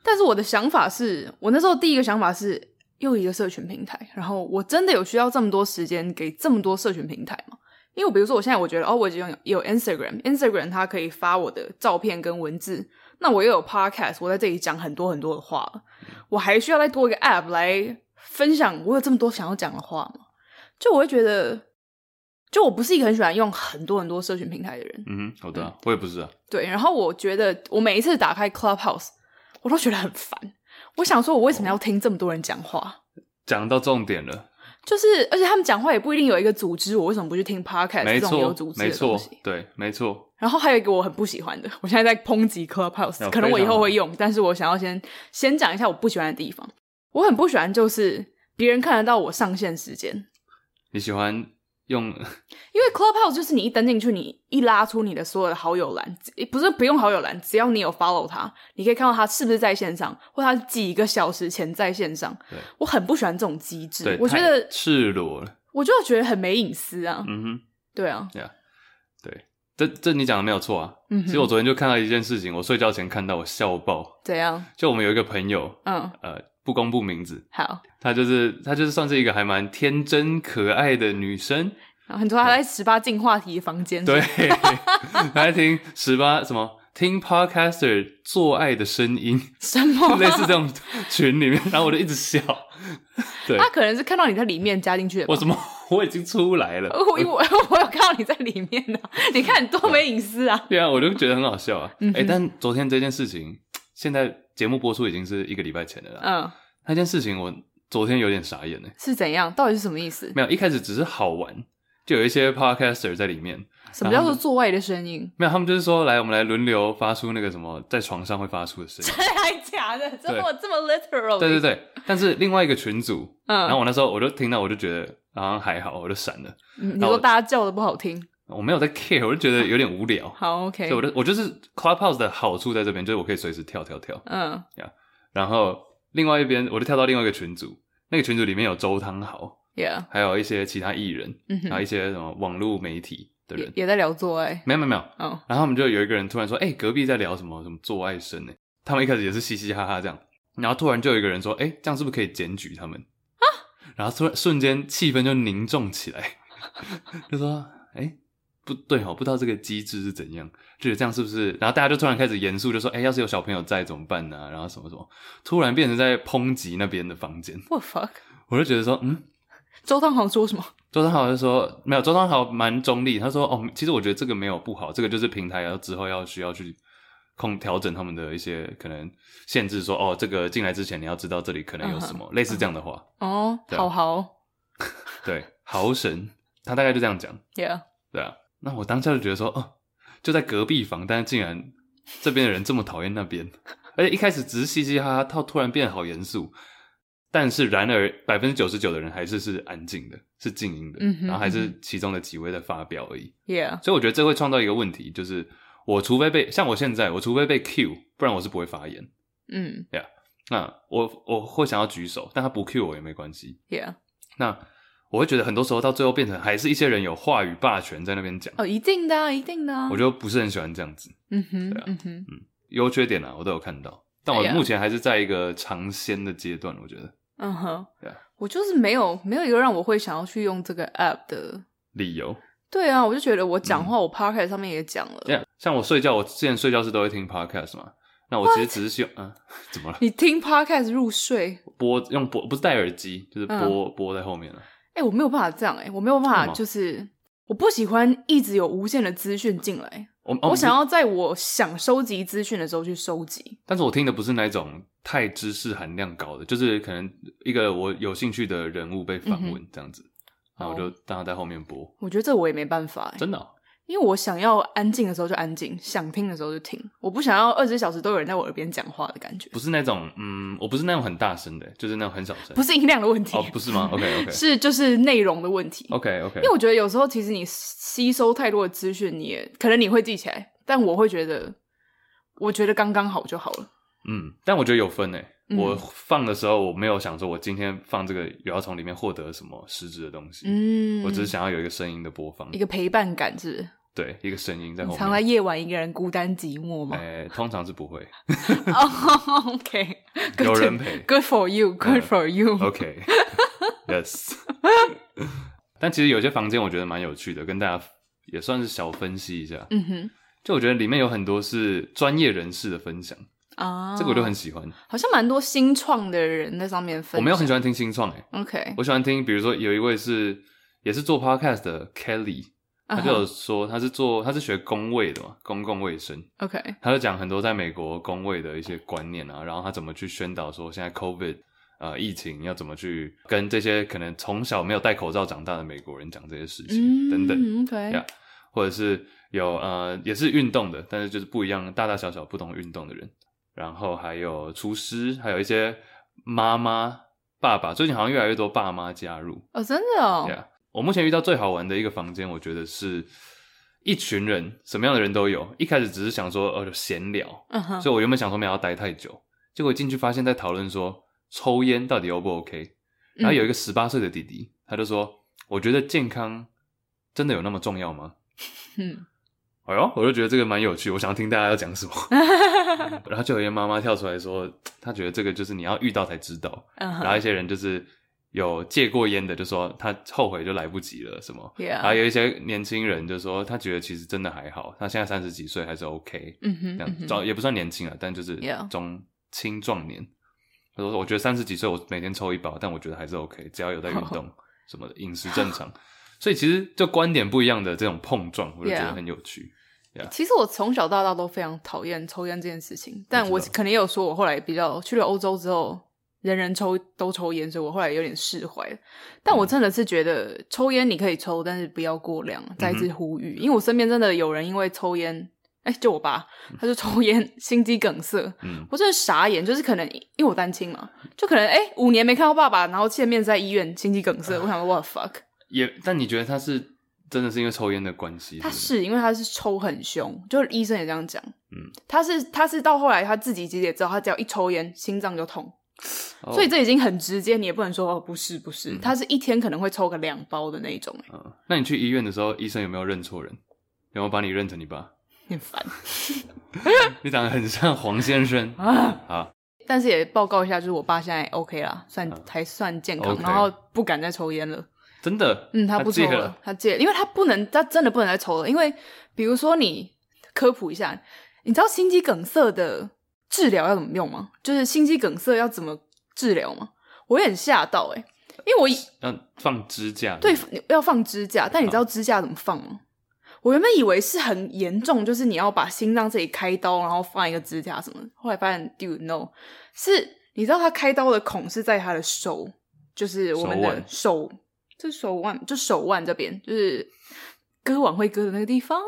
但是我的想法是，我那时候第一个想法是又一个社群平台，然后我真的有需要这么多时间给这么多社群平台吗？因为比如说我现在我觉得哦，我已经有有 Instagram，Instagram 它可以发我的照片跟文字，那我又有 podcast，我在这里讲很多很多的话了，我还需要再多一个 app 来分享我有这么多想要讲的话吗？就我会觉得，就我不是一个很喜欢用很多很多社群平台的人，嗯哼，好的、啊，我也不是啊，对。然后我觉得我每一次打开 Clubhouse，我都觉得很烦。我想说，我为什哦么要听这么多人讲话？讲到重点了，就是，而且他们讲话也不一定有一个组织，我为什么不去听 podcast 没这种有错组，织没的东错西？，对，没错，然后还有一个我很不喜欢的，我现在在抨击 Clubhouse，要可能我以哦非常后会用，但是我想要先先讲一下我不喜欢的地方。我很不喜欢就是别人看得到我上线时间，你喜欢用因为 Clubhouse 就是你一登进去，你一拉出你的所有的好友栏，只不是不用好友栏，只要你有 follow 他，你可以看到他是不是在线上，或他几个小时前在线上对。我很不喜欢这种机制对，，我觉太得赤裸了，我就觉得很没隐私啊。嗯哼。对啊，对，这这你讲的没有错啊。嗯哼其实我昨天就看到一件事情，我睡觉前看到我笑爆。怎样？就我们有一个朋友，嗯，呃，不公布名字，好。她就是她就是算是一个还蛮天真可爱的女生，然后你说他在十八禁话题房间，对， 她在听十八什么听 podcaster 做爱的声 音，什么啊？ 类似这种群里面，然后我就一直笑。 对，他可能是看到你在里面加进去的吧。我怎么我已经出来了？我我 我有看到你在里面呢、啊，你看你多没隐私啊！对啊，我就觉得很好笑啊。哎、嗯哼但昨天这件事情，现在节目播出已经是一个礼拜前了啦。嗯，那件事情我昨天有点傻眼呢。是怎样？到底是什么意思？没有，一开始只是好玩，就有一些 podcaster 在里面。什么叫做做爱的声音？没有，他们就是说，来，我们来轮流发出那个什么，在床上会发出的声音。 真的还假的？这么这么 literal？对对对。但是另外一个群组，嗯，然后我那时候我就听到，我就觉得好像还好，我就闪了。嗯你然后说大家叫的不好听，我没有在 care，我就觉得有点无 聊。好 OK，所以我就我就是 Clubhouse 的好处在这边，就是我可以随时跳跳跳。嗯然后另外一边我就跳到另外一个群组，那个群组里面有周汤豪， ，Yeah，还有一些其他艺人，嗯然后哼，一些什么网络媒体的人也，也在聊做爱，没有没有没有。哦，然后我们就有一个人突然说：“哎、隔壁在聊什么什么做爱声呢？”他们一开始也是嘻嘻哈哈这样，然后突然就有一个人说：“哎、这样是不是可以检举他们？”啊！然后突然瞬间气氛就凝重起来， 就说：“哎、不对哦，不知道这个机制是怎样，就是这样是不是？”然后大家就突然开始严肃，就说：“哎、要是有小朋友在怎么办呢、然后什么什么，突然变成在抨击那边的房间，我 fuck，我就觉得说，嗯，周汤豪说什么？周汤豪就说没有，周汤豪蛮中立，他说哦，其实我觉得这个没有不好，这个就是平台要之后要需要去控调整他们的一些可能限制说哦，这个进来之前你要知道这里可能有什么，类似这样的话。哦，对啊好好对，豪神他大概就这样讲， ，Yeah，对啊。那我当下就觉得说哦，就在隔壁房，但是竟然这边的人这么讨厌那边，而且一开始只是嘻嘻哈哈，到突然变得好严肃。但是，然而，百分之九十九的人还是是安静的，是静音的，嗯哼然后还嗯是其中的几位在发表而已。 Yeah，所以我觉得这会创造一个问题，就是我除非被像我现在，我除非被 Q，不然我是不会发言。嗯那我我会想要举手，但他不 Q 我也没关系。 ，Yeah，那我会觉得很多时候到最后变成还是一些人有话语霸权在那边讲，哦，一定的啊，一定的啊，我就就不是很喜欢这样子。嗯哼对啊嗯哼，优缺点啊，我都有看到，但我哎呀目前还是在一个尝鲜的阶段，我觉得嗯哼对啊，我就是没有没有一个让我会想要去用这个 app 的。理由。对啊，我就觉得我讲嗯话，我 p o c a s t 上面也讲了。这样，像我睡觉，我之前睡觉是都会听 podcast 嘛。那我其实只是希望，嗯、怎么了？你听 podcast 入睡，播用播不是戴耳机，就是嗯播、播在后面了。哎、我没有办法这样、哎，我没有办为什法，么就是我不喜欢一直有无限的资讯进来，我哦我想，要在我想收集资讯的时候去收集。但是我听的不是那种太知识含量高的，就是可能一个我有兴趣的嗯人物被访问这样子，那、我就让他在后面播，哦我觉得这我也没办法、哎，真的哦、因为我想要安静的时候就安静，想听的时候就听，我不想要二十四小时都有人在我耳边讲话的感觉，不是那种嗯，我不是那种很大声的，就是那种很小声。不是音量的问题，哦，不是吗？OK OK 是就是内容的问题。 OK OK，因为我觉得有时候其实你吸收太多的资讯，你也可能你会记起来，但我会觉得，我觉得刚刚好就好了。嗯，但我觉得有分诶。嗯我放的时候，我没有想说，我今天放这个，有要从里面获得什么实质的东西。嗯我只是想要有一个声音的播放一，个陪伴感是不是对，一个声音在后你面。常在夜晚一个人孤单寂寞吗？哎、通常是不会， 哦，OK，有人 陪 Good for you，Good 嗯 for you。 OK，Yes 。 但其实有些房间我觉得蛮有趣的，跟大家也算是小分析一下。嗯哼，就我觉得里面有很多是专业人士的分享，啊，这个我就很喜欢。好像蛮多新创的人在上面分享。我没有很喜欢听新创，哎， OK，我喜欢听，比如说有一位是也是做 Podcast 的 Kelly，他嗯就有说他是做他是学公卫的嘛，公共卫生，啊哈 OK，他就讲很多在美国工位的一些观念啊，然后他怎么去宣导说现在 COVID 呃疫情要怎么去跟这些可能从小没有戴口罩长大的美国人讲这些事情、嗯，等等， ，OK，呀或者是有呃也是运动的，但是就是不一样大大小小不同运动的人，然后还有厨师，还有一些妈妈爸爸，最近好像越来越多爸妈加入，哦，真的哦对，啊，我目前遇到最好玩的一个房间，我觉得是一群人，什么样的人都有。一开始只是想说，呃，闲聊，嗯哼，所以我原本想说没有要待太久，结果进去发现在讨论说抽烟到底 O 不 OK。然后嗯有一个十八岁的弟弟，他就说：“我觉得健康真的有那么重要吗嗯，？”哎呦，我就觉得这个蛮有趣，我想听大家要讲 什么。然后就有一个妈妈跳出来说，她觉得这个就是你要遇到才知道。嗯然后哼一些人就是有戒过烟的，就说他后悔就来不及了什么。然后，Yeah，有一些年轻人就说，他觉得其实真的还好，他现在三十几岁还是 OK，嗯这哼，嗯样哼早也不算年轻了，啊但就是 Yeah 中青壮年。他说，我觉得三十几岁我每天抽一包，但我觉得还是 OK，只要有在运动什么的，饮食正常。所以其实就观点不一样的这种碰撞，我就觉得 Yeah 很有趣。其实我从小到大都非常讨厌抽烟这件事情，但我知道可能也有说，我后来比较去了欧洲之后，人人抽都抽烟，所以我后来有点释怀了。但我真的是觉得抽烟你可以抽，但是不要过量。再一次呼吁，因为我身边真的有人因为抽烟，哎、就我爸，他就抽烟心肌梗塞，嗯，我真的傻眼，就是可能因为我单亲嘛，就可能哎、五年没看到爸爸，然后见面在医院心肌梗塞，我想说 what the fuck。也但你觉得他是真的是因为抽烟的关系？他不是因为他是抽很凶，就是医生也这样讲。嗯，他是他是到后来他自己其实也知道，他只要一抽烟心脏就痛，哦所以这已经很直接，你也不能说哦不是不是，他是一天可能会抽个两包的那一种，哎嗯，那你去医院的时候，医生有没有认错人？有没有把你认成你爸？ 很烦。你长得很像黄先生啊好，但是也报告一下，就是我爸现在 OK 啦，算还算健康，嗯 OK 然后不敢再抽烟了。真的。嗯，他不抽戒了，他戒了，因为他不能，他真的不能再抽了。因为比如说你科普一下，你知道心肌梗塞的治疗要怎么用吗？就是心肌梗塞要怎么治疗吗？我有点吓到哎、欸因为我以要放支架。对要放支架，但你知道支架怎么放吗？我原本以为是很严重，就是你要把心脏这里开刀，然后放一个支架什么的。后来发现，dude no，是你知道他开刀的孔是在他的手，就是我们手的腕手，这手腕就手腕这边，就是割晚会割的那个地方。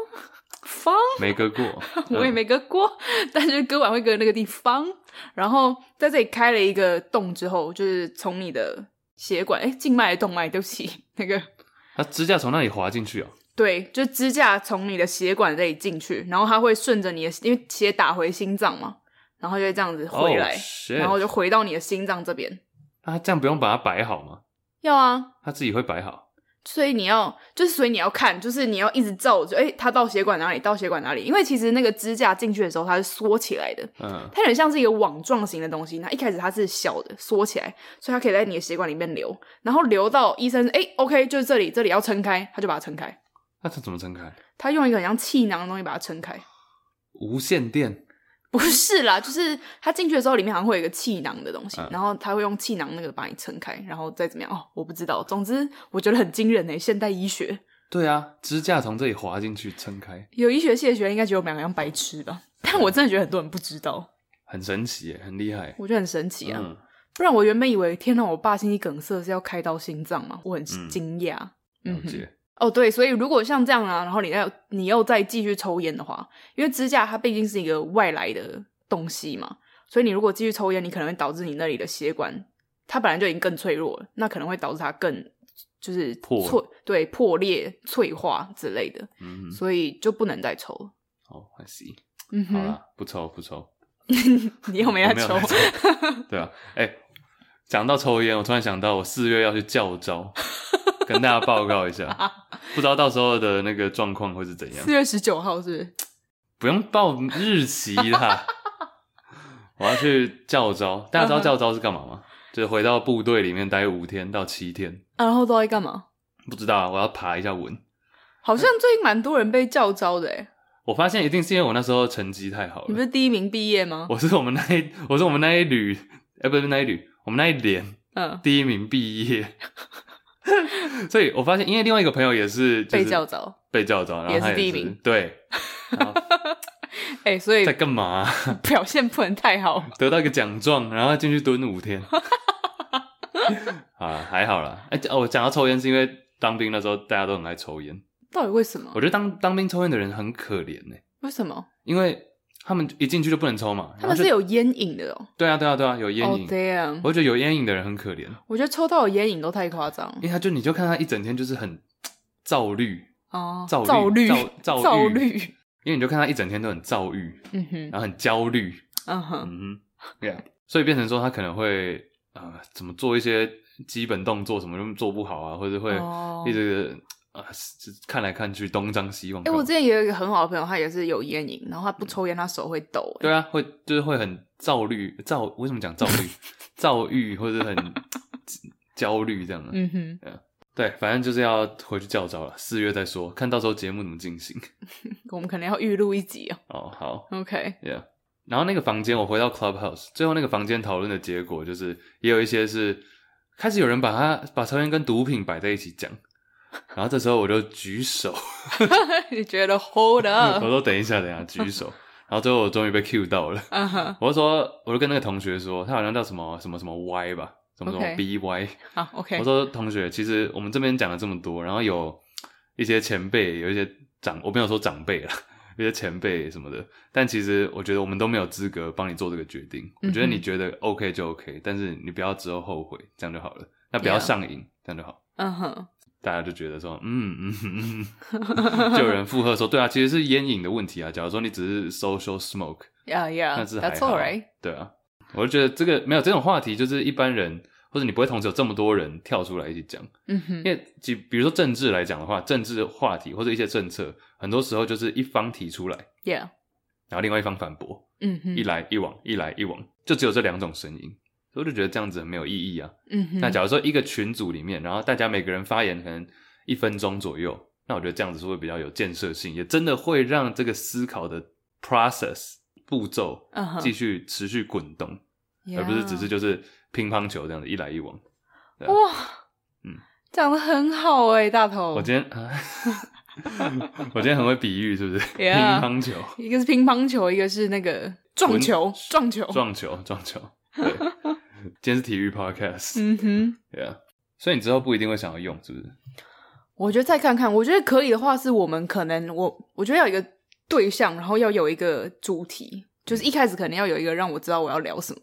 方。没割过 我也没割过，但是割晚会割的那个地方，然后在这里开了一个洞之后，就是从你的血管，哎，静脉的动脉，对不起，那个嗯。他支架从那里滑进去哦。对，就支架从你的血管这里进去，然后它会顺着你的，因为血打回心脏嘛，然后就会这样子回来 Oh, shit 然后就回到你的心脏这边。那他这样不用把它摆好吗？要啊，他自己会摆好。所以你要就是所以你要看，就是你要一直照着，哎，它到血管哪里，到血管哪里，因为其实那个支架进去的时候它是缩起来的，嗯，它有点像是一个网状型的东西。那一开始它是小的，缩起来，所以它可以在你的血管里面流，然后流到医生，哎，OK，就是这里，这里要撑开，他就把它撑开，那他怎么撑开？他用一个很像气囊的东西把它撑开。无线电。 不是啦，就是它进去的时候，里面好像会有一个气囊的东西，嗯然后它会用气囊那个把你撑开，然后再怎么样哦，我不知道。总之，我觉得很惊人诶、现代医学对啊，支架从这里滑进去撑开，有医学系的学员应该觉得我们两个像白嗯痴吧？但我真的觉得很多人不知道，很神奇耶，很厉害。我觉得很神奇啊。嗯，不然我啊原本以为天哪，我爸心肌梗塞是要开刀心脏嘛，我很惊讶。嗯了哼，解。哦，对，所以如果像这样啊，然后你要你又再继续抽烟的话，因为指甲它毕竟是一个外来的东西嘛，所以你如果继续抽烟，你可能会导致你那里的血管它本来就已经更脆弱了，那可能会导致它更就是破脆对破裂、脆化之类的，嗯，所以就不能再抽了。哦，I see，嗯好哼，啦，不抽不抽， 你又没在我没有抽在， 对啊，哎、讲到抽烟，我突然想到我四月要去教招，跟大家报告一下， 不知道到时候的那个状况会是怎样四，月十九号是不是？不用报日期 啦。我要去教招，大家知道教招是干嘛嗯吗？就是回到部队里面待五天到七天，啊然后都在干嘛？不知道啊，我要爬一下文。好像最近蛮多人被叫招的哎，我发现一定是因为我那时候成绩太好你不了，是第一名毕业吗？ 我是我们那一我是我们那一旅，哎、不是那一旅，我们那一连嗯，第一名毕 业。所以我发现，因为另外一个朋友也是、就是、被叫招，被叫招，然后也是他第一名，对，然后哎，所以在干嘛啊、 表现不能太好。得到一个奖状，然后进去蹲五天。 啊，还好啦。哎、哦，我讲到抽烟是因为当兵那时候大家都很爱抽烟，到底为什么我？觉得当当兵抽烟的人很可怜呢、为什么？因为他们一进去就不能抽嘛，然他后们就是有烟瘾的哦。对啊对啊对啊，有烟哦、瘾。 damn！我觉得有烟瘾的人很可怜，我觉得抽到有烟瘾都太夸张因为他就你就看他一整天就是很躁郁，哦，躁虑，郁躁躁 躁郁郁，因为你就看他一整天都很躁郁，嗯哼，然后很焦虑，嗯哼，嗯哼，对啊，所以变成说他可能会呃，怎么做一些基本动作，什么就做不好啊，或者会哦一直啊、是是看来看去，东张西望哎、干嘛。我之前也有一个很好的朋友，他也是有烟瘾，然后他不抽烟，他手会抖、哎对啊，会就是会很躁虑，躁为什么讲躁 虑？躁郁或者很焦虑这样的。嗯哼，对，反正就是要回去教招了，四月再说，看到时候节目怎么进行。我们可能要预录一集哦。哦，好 OK， ，Yeah。然后那个房间，我回到 Clubhouse，最后那个房间讨论的结果就是，也有一些是开始有人把它把抽烟跟毒品摆在一起讲，然后这时候我就举手，你觉得 Hold 我 up？说等一下，等一下，举手。然后最后我终于被 Q 到了，嗯哼，我就说，我就跟那个同学说，他好像叫什么什么什么 Y 吧，什么什么 OK BY。好，OK，我说同学，其实我们这边讲了这么多，然后有一些前辈，有一些长，我没有说长辈啦， 有些前辈什么的，但其实我觉得我们都没有资格帮你做这个决定。我觉得嗯哼你觉得 OK 就 OK，但是你不要之后后悔，这样就好了。那不要 Yeah 上瘾这样就好。嗯哼，大家就觉得说，嗯嗯嗯， 嗯就有人附和说，对啊，其实是烟瘾的问题啊。假如说你只是 social smoke，那 Yeah, yeah, 是还 that's 好 all right. 对啊，我就觉得这个没有这种话题，就是一般人或者你不会同时有这么多人跳出来一起讲，嗯哼因，为即比如说政治来讲的话，政治话题或者一些政策，很多时候就是一方提出来， Yeah，然后另外一方反驳，嗯一哼，来一往，一来一往，就只有这两种声音，所以我就觉得这样子很没有意义啊。嗯哼，那假如说一个群组里面，然后大家每个人发言可能一分钟左右，那我觉得这样子是会比较有建设性，也真的会让这个思考的 process 步骤嗯哼继续持续滚动，而不是只是 Yeah 就是乒乓球这样子一来一往。哇，嗯讲的很好哎、大头，我今天，啊 我今天很会比喻，是不是 Yeah 乒乓球、一个是乒乓球，一个是那个撞球滚，撞球，撞球、撞球？对，今天是体育 podcast， 嗯哼，对啊，所以你之后不一定会想要用，是不是？我觉得再看看，我觉得可以的话，是我们可能我我觉得要有一个对象，然后要有一个主题，就是一开始可能要有一个让我知道我要聊什么，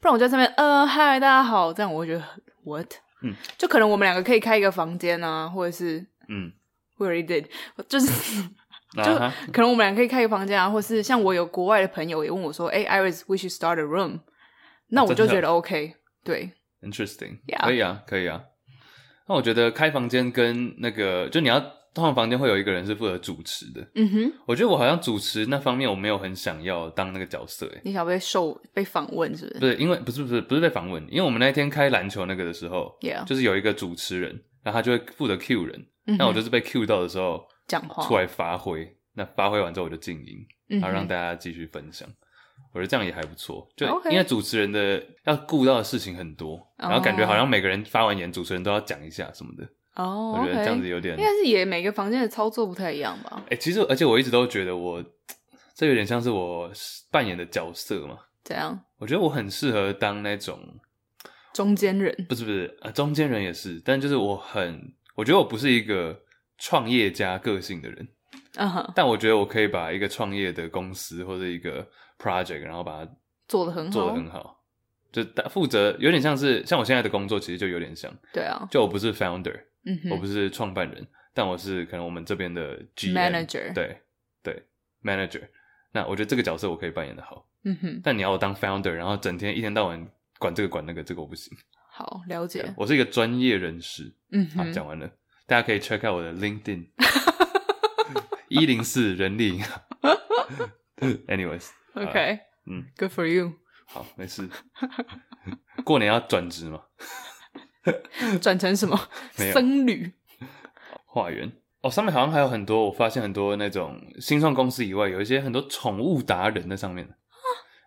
不然我就在上面呃嗨大家好，这样我会觉得很 what，嗯，就可能我们两个可以开一个房间啊，或者是嗯， we already did，就是就就可能我们俩可以开一个房间啊，或是像我有国外的朋友也问我说：“哎、i r i s we should start a room。”那我就哦真的觉得 OK，对 Interesting，、 Yeah 可以啊，可以啊。那我觉得开房间跟那个，就你要通常房间会有一个人是负责主持的。嗯哼，我觉得我好像主持那方面我没有很想要当那个角色、欸，你想被受被访问是不不是是因为不是不是不是被访问，因为我们那天开篮球那个的时候， ？Yeah，就是有一个主持人，然后他就会负责 cue 人，嗯哼那我就是被 cue 到的时候讲话出来发挥，那发挥完之后我就静音，嗯然后哼让大家继续分享。我觉得这样也还不错，就哦 OK 因为主持人的要顾到的事情很多，然后感觉好像每个人发完言，主持人都要讲一下什么的。哦我觉得这样子，OK，有点应，该是也每个房间的操作不太一样吧？哎、其实而且我一直都觉得我这有点像是我扮演的角色嘛。怎样？我觉得我很适合当那种中间人呃不是不是啊，中间人也是，但就是我很，我觉得我不是一个创业家个性的人，嗯哼，但我觉得我可以把一个创业的公司或者一个 project，然后把它做的很好，做得很好，就担负责有点像是像我现在的工作，其实就有点像，对啊，就我不是 founder，、嗯我哼不是创办人，但我是可能我们这边的 GM Manager 对对 manager。那我觉得这个角色我可以扮演的好，嗯哼，但你要我当 founder，然后整天一天到晚管这个管那个，这个我不行。好了解， 我是一个专业人士。嗯好，哼，讲完了，大家可以 check out 我的 LinkedIn，一零四人力银行。Anyways， OK，嗯，Good for you， 好，没事。过年要转职嘛？转成什么没有僧侣？化缘哦，上面好像还有很多，我发现很多那种新创公司以外，有一些很多宠物达人在上面。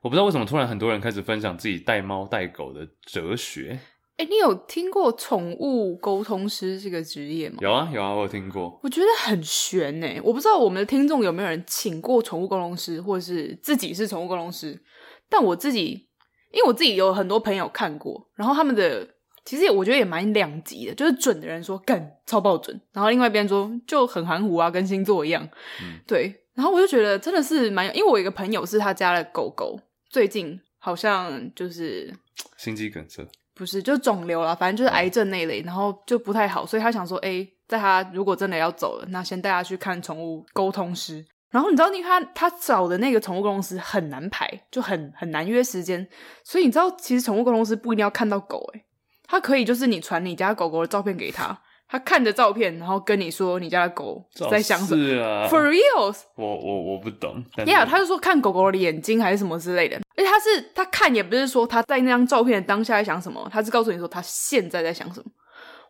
我不知道为什么突然很多人开始分享自己带猫带狗的哲学。哎、你有听过宠物沟通师这个职业吗？有啊有啊，我有听过。我觉得很悬呢、我不知道我们的听众有没有人请过宠物沟通师，或者是自己是宠物沟通师。但我自己，因为我自己有很多朋友看过，然后他们的其实也我觉得也蛮两极的，就是准的人说干超爆准，然后另外一边说就很含糊啊，跟星座一样。嗯对，然后我就觉得真的是蛮有，因为我有一个朋友是他家的狗狗最近好像就是心肌梗塞，不是，就肿瘤啦，反正就是癌症那一类，然后就不太好，所以他想说，哎、在他如果真的要走了，那先带他去看宠物沟通师。然后你知道，因为他他找的那个宠物沟通师很难排，就很很难约时间，所以你知道，其实宠物沟通师不一定要看到狗、欸，他可以就是你传你家狗狗的照片给他，他看着照片，然后跟你说你家的狗在想什么。是啊， For reals，我我我不懂。但是呀他就说看狗狗的眼睛还是什么之类的，而且他是他看也不是说他在那张照片的当下在想什么，他是告诉你说他现在在想什么。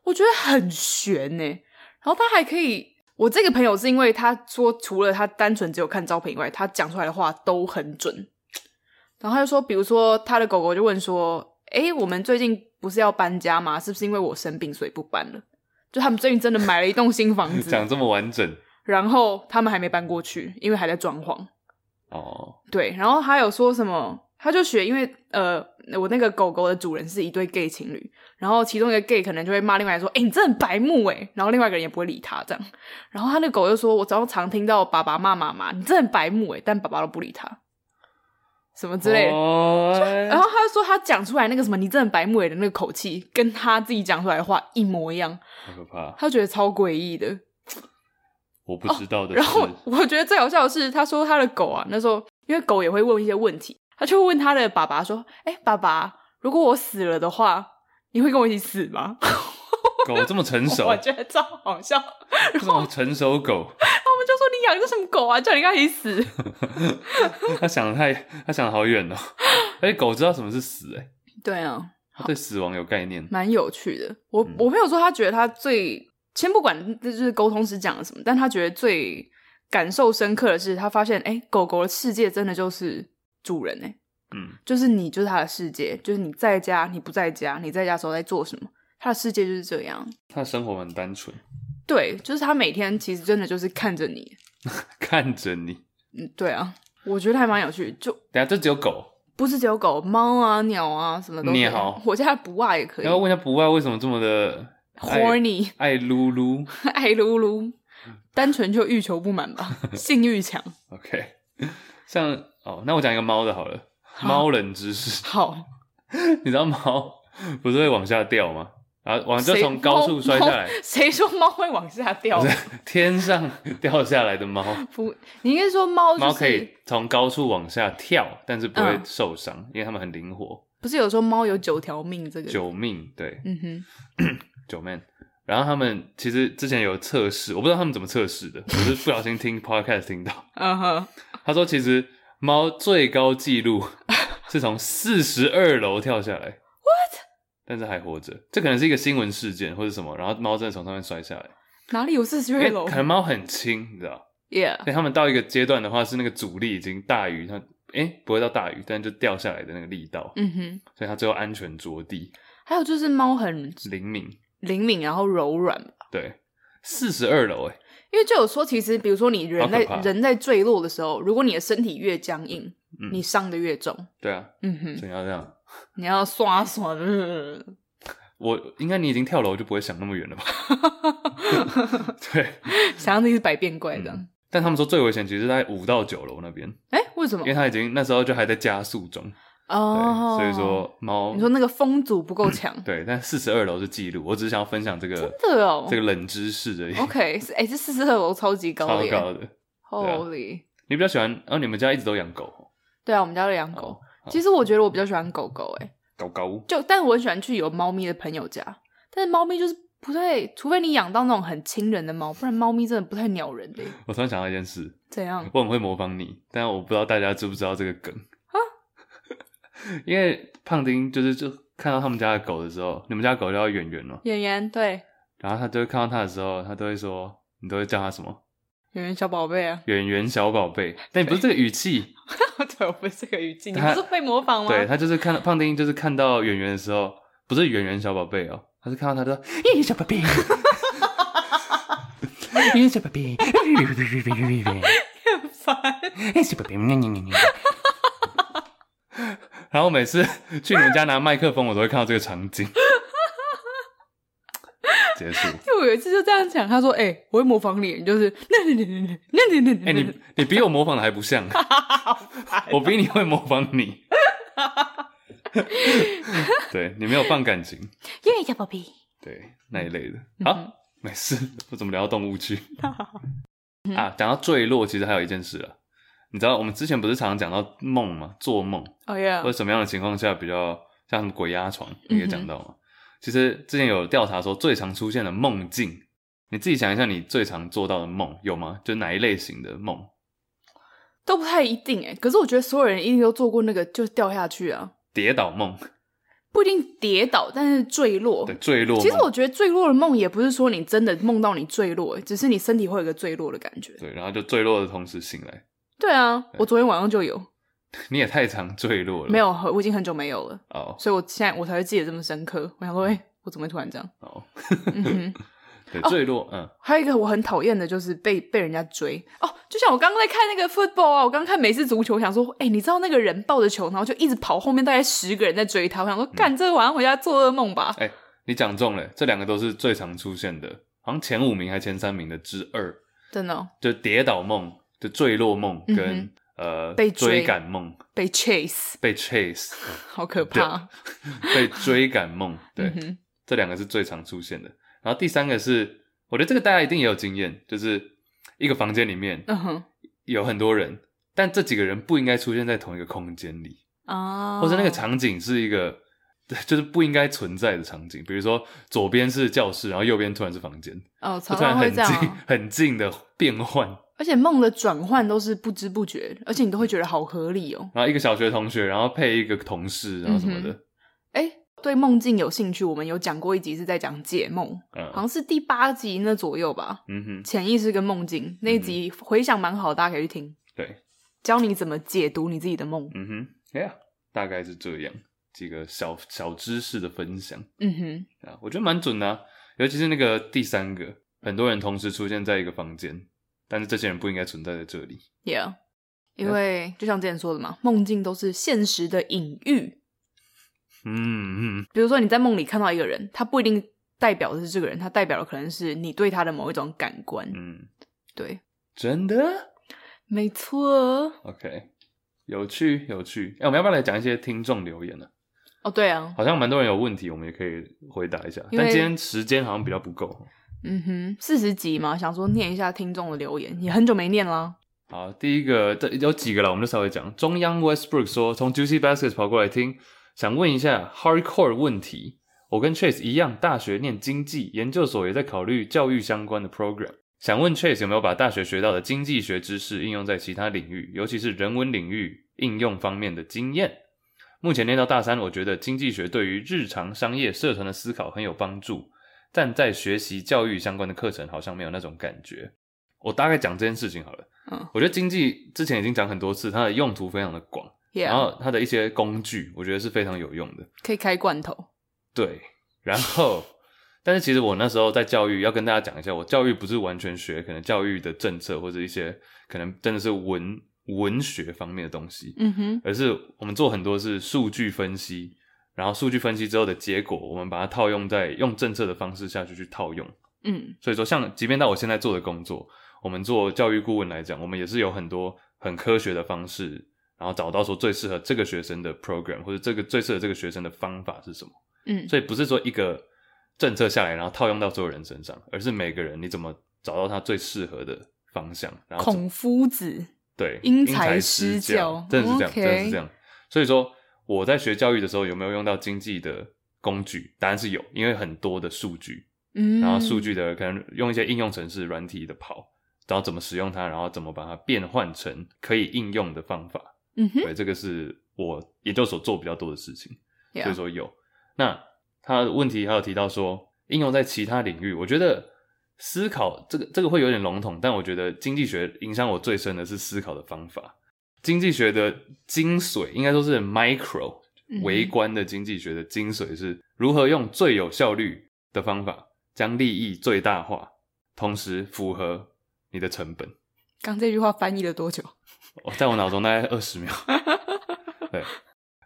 我觉得很悬呢、然后他还可以，我这个朋友是因为他说除了他单纯只有看照片以外，他讲出来的话都很准。然后他就说，比如说他的狗狗就问说：“诶，我们最近不是要搬家吗？是不是因为我生病所以不搬了？”就他们最近真的买了一栋新房 子，讲这么完整然后他们还没搬过去，因为还在装潢。哦，对，然后还有说什么，他就学，因为呃，我那个狗狗的主人是一对 gay 情侣，然后其中一个 gay 可能就会骂另外一个说：“哎、你真的很白目哎。”然后另外一个人也不会理他这样。然后他那个狗就说：“我早上常听到爸爸骂妈妈，你真的很白目哎。”但爸爸都不理他，什么之类的。哦然后他就说，他讲出来那个什么“你真的很白目哎”的那个口气，跟他自己讲出来的话一模一样，好可怕！他觉得超诡异的。我不知道的然是，后我觉得最好笑的是，他说他的狗啊，那时候因为狗也会问一些问题，他就问他的爸爸说：“哎、爸爸，如果我死了的话，你会跟我一起死吗 狗这么成？”熟我，觉得超好笑。然这种成熟狗，后我们就说：“你养的什么狗啊？叫你跟他一起死 他想得太，他想得好远哦。而且狗知道什么是死，哎，？”对啊，它对死亡有概念。蛮有趣的。我我朋友说，他觉得他最先不管就是沟通师讲了什么，但他觉得最感受深刻的是，他发现哎、狗狗的世界真的就是主人哎、嗯，就是你就是他的世界，就是你在家，你不在家，你在家的时候在做什么，他的世界就是这样。它的生活很单纯，对，就是他每天其实真的就是看着你。看着你。嗯，对啊，我觉得还蛮有趣，就等下这只有狗，不是只有狗、猫啊、鸟啊什么都可以。鸟我家的不爱也可以然后问一下不爱为什么这么的爱，horny 爱撸撸。爱 噜噜，单纯就欲求不 满吧，性欲强。 OK，像哦，那我讲一个猫的好了，猫人知识。 好，你知道猫不是会往下掉吗？然后往就谁从高处摔下来猫，猫谁说猫会往下掉不？是天上掉下来的猫，不，你应该说猫、哦就是、猫可以从高处往下跳，但是不会嗯受伤，因为它们很灵活，不是有说猫有九条命这个？九命对嗯哼，九命。然后他们其实之前有测试，我不知道他们怎么测试的，我是不小心听 podcast 听到，嗯哼。他说其实猫最高纪 录是从四十二楼跳下来，what？但是还活着，这可能是一个新闻事件或者什么，然后猫真的从上面摔下来，哪里有四十因为二楼啊可能猫很轻，你知道。 ？Yeah，因为他们到一个阶段的话，是那个阻力已经大于它，诶、不会到大于，但就掉下来的那个力道，嗯哼。所以它最后安全着地，还有就是猫很灵敏。灵敏，然后柔软吧。对，四十二楼，诶，欸因为就有说，其实比如说你人在好可怕人在坠落的时候，如果你的身体越僵硬，嗯你伤的越重。对啊，嗯哼，所以要这样。你要刷刷的。我应该你已经跳楼就不会想那么远了吧？ 对，想象力是百变怪的。但他们说最危险其实在五到九楼那边，哎、为什么因为？它已经那时候就还在加速中，对，哦，所以说嗯猫你说那个风阻不够强，对，但四十二楼是记录，我只是想要分享这个真的哦。这个冷知识而已， OK，是哎、这四十二楼超级高超的耶高的。啊，Holy！你比较喜欢？哦，你们家一直都养狗，对啊，我们家有养狗。哦好其实我觉得我比较喜欢狗狗、哎，狗狗，就但我很喜欢去有猫咪的朋友家，但是猫咪就是不太，除非你养到那种很亲人的猫，不然猫咪真的不太鸟人的。我突然想到一件事，怎样？我很会模仿你，但我不知道大家知不知道这个梗 因为胖丁就是就看到他们家的狗的时候，你们家狗叫圆圆哦，演员对，然后他就会看到它的时候，他都会说，你都会叫它什么？演员小宝贝啊，圆圆小宝贝，但不是这个语气， 对，我不是这个语境，你不他是会模仿吗？对他就是看到胖丁就是看到圆圆的时候，不是圆圆小宝贝哦，他是看到他说圆圆小宝贝， 圆圆小宝贝，很烦，小宝贝， 然后每次去你们家拿麦克风，我都会看到这个场景。结束。 因为我有一次就这样讲，他说：“哎、我会模仿你，你就是那那那那那那那哎、你你比我模仿的还不像，啊我比你会模仿你。对你没有放感情，演员小宝贝。”嗯对那一类的。好、没事，我怎么聊到动物去？ 啊，讲到坠落，其实还有一件事啊。你知道我们之前不是常常讲到梦吗？做梦哦耶或者，什么样的情况下比较像什么鬼压床，你也讲到嗯嘛。其实之前有调查说，最常出现的梦境，你自己想一下，你最常做到的梦有吗？就哪一类型的梦？都不太一定哎。可是我觉得所有人一定都做过那个，就掉下去啊，跌倒梦，不一定跌倒，但是坠落对，。坠落梦。其实我觉得坠落的梦也不是说你真的梦到你坠落，欸只是你身体会有一个坠落的感觉。对，然后就坠落的同时醒来， 对啊，我昨天晚上就有，你也太常坠落了。没有，我已经很久没有了，哦所以我现在我才会记得这么深刻。我想说，哎、我怎么会突然这样？哦，嗯哼。 对，坠落，嗯，还有一个我很讨厌的就是被被人家追哦，就像我刚刚在看那个 football 啊，我刚看美式足球，想说，哎、你知道那个人抱着球，然后就一直跑，后面大概十个人在追他，我想嗯说，干，这个晚上回家做噩梦吧。哎、你讲中了，这两个都是最常出现的，好像前五名还前三名的之二，真的哦、就跌倒梦、就坠落梦嗯哼跟、呃被追追赶梦、被 chase 被 chase、好可怕。 被追赶梦，对，嗯哼，这两个是最常出现的。然后第三个是，我觉得这个大家一定也有经验，就是一个房间里面嗯哼有很多人，但这几个人不应该出现在同一个空间里。啊，或者那个场景是一个就是不应该存在的场景，比如说左边是教室，然后右边突然是房间，哦，就常突然常会很这近样啊、很近的变换。而且梦的转换都是不知不觉，而且你都会觉得好合理哦。然后一个小学同学，然后配一个同事，然后什么的，哎、对梦境有兴趣，我们有讲过一集是在讲解梦，嗯好像是第八集那左右吧。嗯哼，潜意识跟梦境那一集回想蛮好，大家可以去听，嗯对，教你怎么解读你自己的梦。嗯哼，Yeah，大概是这样几个小小知识的分享嗯哼，啊，我觉得蛮准的啊、尤其是那个第三个，很多人同时出现在一个房间，但是这些人不应该存在在这里。 ，Yeah，因为就像之前说的嘛，梦境都是现实的隐喻。嗯嗯，比如说你在梦里看到一个人，他不一定代表的是这个人，他代表的可能是你对他的某一种感官。嗯，对，真的。没错。 OK，有趣有趣。哎、我们要不要来讲一些听众留言呢、哦，对啊，好像蛮多人有问题，我们也可以回答一下。因为但今天时间好像比较不够。嗯哼，四十集嘛，想说念一下听众的留言，也很久没念啦。好，第一个这有几个了，我们就稍微讲。中央 Westbrook 说，从 Juicy Baskets 跑过来听，想问一下 Hardcore 问题。我跟 Chase 一样，大学念经济，研究所也在考虑教育相关的 program。想问 Chase 有没有把大学学到的经济学知识应用在其他领域，尤其是人文领域应用方面的经验？目前念到大三，我觉得经济学对于日常商业社团的思考很有帮助，但在学习教育相关的课程好像没有那种感觉。我大概讲这件事情好了。嗯我觉得经济之前已经讲很多次，它的用途非常的广，然 Yeah，后它的一些工具，我觉得是非常有用的。可以开罐头。对，然后， 但是其实我那时候在教育，要跟大家讲一下，我教育不是完全学可能教育的政策或者一些可能真的是文文学方面的东西，嗯哼，而是我们做很多是数据分析，然后数据分析之后的结果，我们把它套用在用政策的方式下去去套用。嗯所以说，像即便到我现在做的工作，我们做教育顾问来讲，我们也是有很多很科学的方式，然后找到说最适合这个学生的 program 或者这个最适合这个学生的方法是什么。嗯，所以不是说一个政策下来，然后套用到所有人身上，而是每个人你怎么找到他最适合的方向，然后怎么孔夫子，对因材材施施教真的是这样， OK 真的是这样。所以说我在学教育的时候，有没有用到经济的工具？答案是有，因为很多的数据，嗯，然后数据的可能用一些应用程式软体的跑，然后怎么使用它，然后怎么把它变换成可以应用的方法。嗯哼，对，这个是我研究所做比较多的事情。所 yeah，以说有。那他的问题还有提到说，应用在其他领域，我觉得思考这个这个会有点笼统，但我觉得经济学影响我最深的是思考的方法。经济学的精髓应该说是 micro 嗯微观的经济学的精髓是如何用最有效率的方法将利益最大化，同时符合你的成本。刚这句话翻译了多久？我在我脑中大概二十 秒。对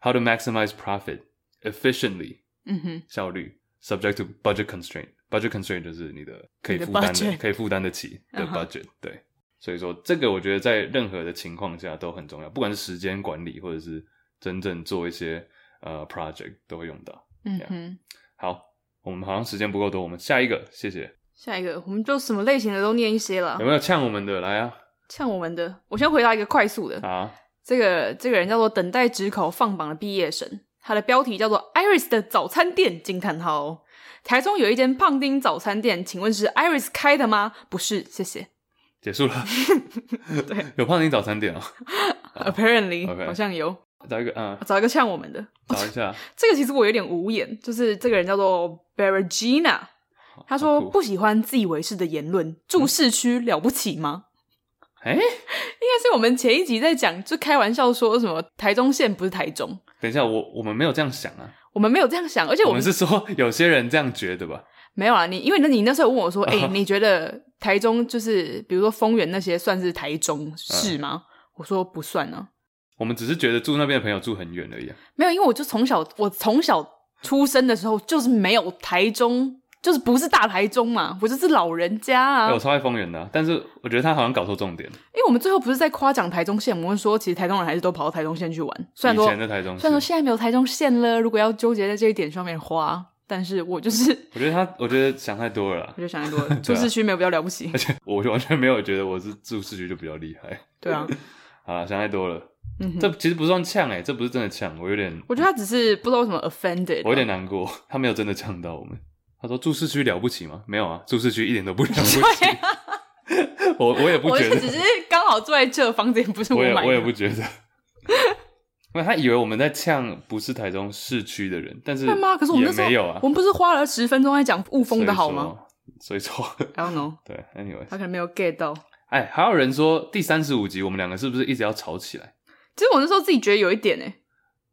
，How to maximize profit efficiently 嗯哼，效率，subject to budget constraint。budget constraint 就是你的可以你的负担的 budget、可以负担得起的嗯哼 budget。对，所以说这个我觉得在任何的情况下都很重要，不管是时间管理或者是真正做一些呃 project 都会用到。嗯 Yeah 哼。好，我们好像时间不够多，我们下一个，谢谢。下一个，我们就什么类型的都念一些了有。没有呛我们的来啊？像我们的，我先回答一个快速的。啊，这个这个人叫做等待职考放榜的毕业生，他的标题叫做 “Iris 的早餐店”惊叹号。台中有一间胖丁早餐店，请问是 Iris 开的吗？不是，谢谢。结束了。 对，有胖丁早餐店哦， Apparently，、 OK 好像有。找一个啊，找一个像我们的，找一下。这个其实我有点无言，就是这个人叫做 Bergina，他说好酷嗯不喜欢自以为是的言论，住市区了不起吗？哎，应该是我们前一集在讲，就开玩笑说什么台中县不是台中，等一下，我我们没有这样想啊，我们没有这样想，而且我我们们是说有些人这样觉得吧？没有啊。你因为那你那时候问 我说，哦哎、你觉得台中就是比如说丰原那些算是台嗯中市吗？我说不算啊，我们只是觉得住那边的朋友住很远而已、啊。没有，因为我就从小我从小出生的时候就是没有台中，就是不是大台中嘛，我就是老人家啊。哎我超爱丰原的啊、但是我觉得他好像搞错重点。因为我们最后不是在夸奖台中县，我们说其实台中人还是都跑到台中县去玩，虽然以说前的台中市虽然说现在没有台中县了，如果要纠结在这一点上面花，但是我就是我觉得他，我觉得想太多了啦我。就 想太多啊了，住市区没有比较了不起，我完全没有觉得我是住市区就比较厉害。对啊，好啦，想太多了。嗯哼，这其实不算呛哎、这不是真的呛，我有点，我觉得他只是不知道为什么 offended，啊我有点难过。他没有真的呛到我们。他说住市区了不起吗？没有啊，住市区一点都不了不起。对啊， 我我也不我觉就得，只是刚好住在这，房子也不是我也买我也的，不觉得。 因为他以为我们在呛不是台中市区的人，但是会吗？可是我们也那时候没有啊我，们不是花了十分钟在讲雾峰的好 吗所以说？ 所以说， ？I don't know，对，anyway，他可能没有 get 到。哎，还有人说第三十五集我们两个是不是一直要吵起来？其实我那时候自己觉得有一点诶、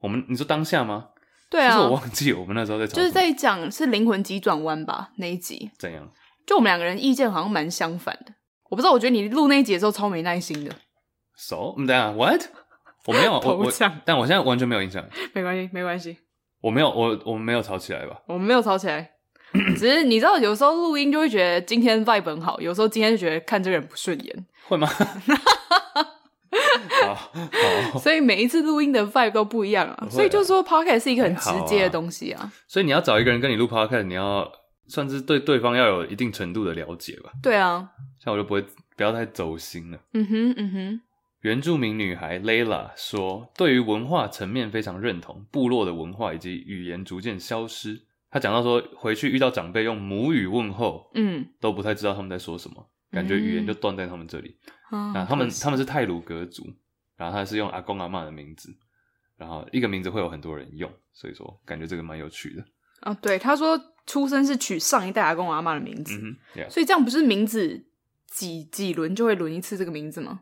我们你说当下吗？对其啊实，我忘记我们那时候在吵什就么，是在讲是灵魂急转弯吧那一集，怎样？就我们两个人意见好像蛮相反的。我不知道，我觉得你录那一集的时候超没耐心的，手、so, 嗯，等一下 what？我没有，我 头我像，但我现在完全没有印象， 没关系，没关系，我没有，我我们没有吵起来吧？我们没有吵起 来，只是你知道，有时候录音就会觉得今天 vibe 很好，有时候今天就觉得看这个人不顺眼，会吗？好好，所以每一次录音的 vibe 都不一样啊。啊所以就说 podcast 是一个很直接还好啊的东西啊，所以你要找一个人跟你录 podcast，你要算是对对方要有一定程度的了解吧，对啊，像我就不会不要太走心了。嗯哼，嗯哼，原住民女孩 Layla 说：“对于文化层面非常认同，部落的文化以及语言逐渐消失。”她讲到说，回去遇到长辈用母语问候，嗯都不太知道他们在说什么，感觉语言就断在他们这里。啊，那他们可惜他们是泰鲁格族，然后他是用阿公阿嬷的名字，然后一个名字会有很多人用，所以说感觉这个蛮有趣的。啊，对，他说出生是取上一代阿公阿妈的名字，嗯哼，Yeah，所以这样不是名字几几轮就会轮一次这个名字吗？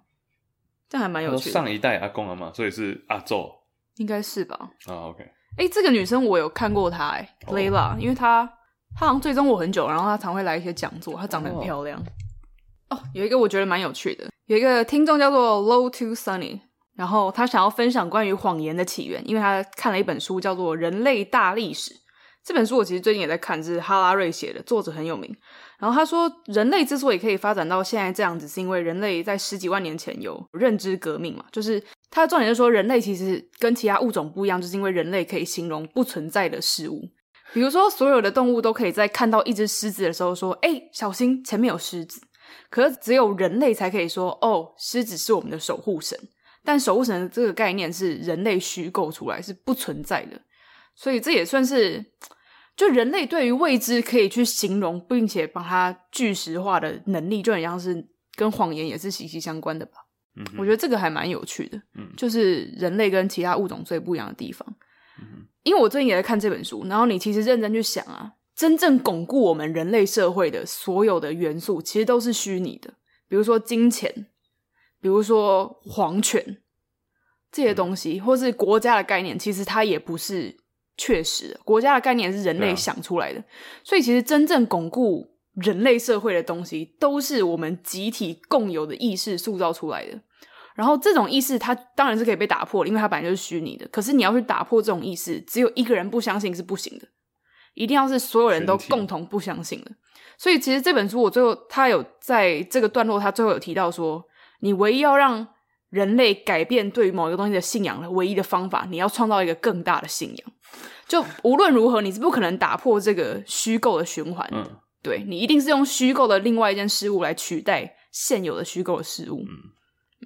这样还蛮他有说趣的，上一代阿公阿嬷，所以是阿昼应该是吧？啊。OK，哎、这个女生我有看过她、欸，哎、哦 l a y l a 因为她她好像追踪我很久，然后她常会来一些讲座，她长得很哦漂亮。哦有一个我觉得蛮有趣的，有一个听众叫做 Low to Sunny，然后他想要分享关于谎言的起源，因为他看了一本书叫做《人类大历史》。这本书我其实最近也在看，是哈拉瑞写的，作者很有名。然后他说，人类之所以可以发展到现在这样子，是因为人类在十几万年前有认知革命嘛。就是他的重点是说，人类其实跟其他物种不一样，就是因为人类可以形容不存在的事物。比如说，所有的动物都可以在看到一只狮子的时候说：“哎、小心，前面有狮子。”可是只有人类才可以说：“哦，狮子是我们的守护神。”但守护神这个概念是人类虚构出来，是不存在的。所以这也算是就人类对于未知可以去形容，并且把它具实化的能力，就很像是跟谎言也是息息相关的吧。嗯哼，我觉得这个还蛮有趣的，嗯就是人类跟其他物种最不一样的地方。嗯因为我最近也在看这本书，然后你其实认真去想啊，真正巩固我们人类社会的所有的元素，其实都是虚拟的，比如说金钱，比如说皇权这些东西，或是国家的概念，其实它也不是确实的。国家的概念是人对类啊想出来的，所以其实真正巩固人类社会的东西，都是我们集体共有的意识塑造出来的。然后这种意识，它当然是可以被打破的，因为它本来就是虚拟的。可是你要去打破这种意识，只有一个人不相信是不行的，一定要是所有人都群体共同不相信的。所以其实这本书，我最后他有在这个段落，他最后有提到说，你唯一要让人类改变对于某一个东西的信仰的唯一的方法，你要创造一个更大的信仰。就无论如何，你是不可能打破这个虚构的循环的。嗯对你一定是用虚构的另外一件事物来取代现有的虚构的事物。嗯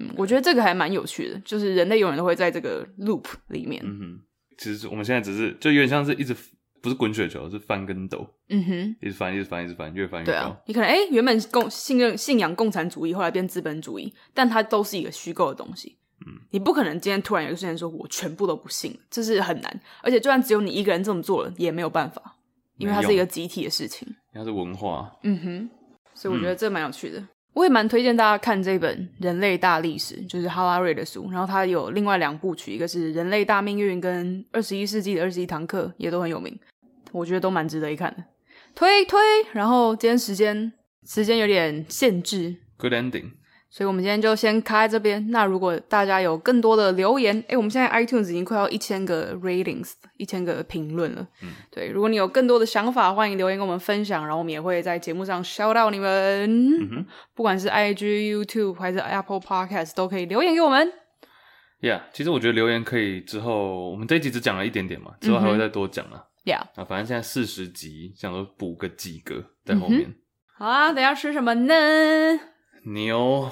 嗯，我觉得这个还蛮有趣的，就是人类永远都会在这个 loop 里面。嗯哼，其实我们现在只是就有点像是一直不是滚雪球，是翻跟斗，嗯哼，一直翻，一直翻，一直翻，越翻越对高。啊，你可能哎、诶原本共信任信仰共产主义，后来变资本主义，但它都是一个虚构的东西。嗯，你不可能今天突然有一个瞬间说我全部都不信了，这是很难。而且就算只有你一个人这么做了，也没有办法，因为它没是一用个集体的事情。它是文化，嗯哼，所以我觉得这蛮有趣的。我也蛮推荐大家看这本《人类大历史》，就是哈拉瑞的书。然后它有另外两部曲，一个是《人类大命运》跟《二十一世纪的二十一堂课》，也都很有名，我觉得都蛮值得一看的。推推，然后今天时间时间有点限制， good ending。所以我们今天就先开在这边。那如果大家有更多的留言，诶，我们现在 iTunes 已经快要一千个 ratings，一千个评论了。嗯，对，如果你有更多的想法，欢迎留言跟我们分享，然后我们也会在节目上 shout out 你们。嗯哼，不管是 IG、YouTube 还是 Apple Podcast，都可以留言给我们。 Yeah，其实我觉得留言可以之后，我们这一集只讲了一点点嘛，之后还嗯会再多讲啊。 Yeah，啊，反正现在四十集，想说补个几个在后面。好啊，等一下吃什么呢？牛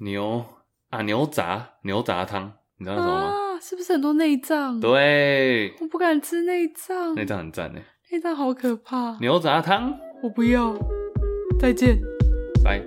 牛啊，牛杂牛杂汤，你知道那什么吗？啊，是不是很多内脏？对，我不敢吃内脏，那张很赞呢。内脏好可怕，牛杂汤，我不要。再见。拜。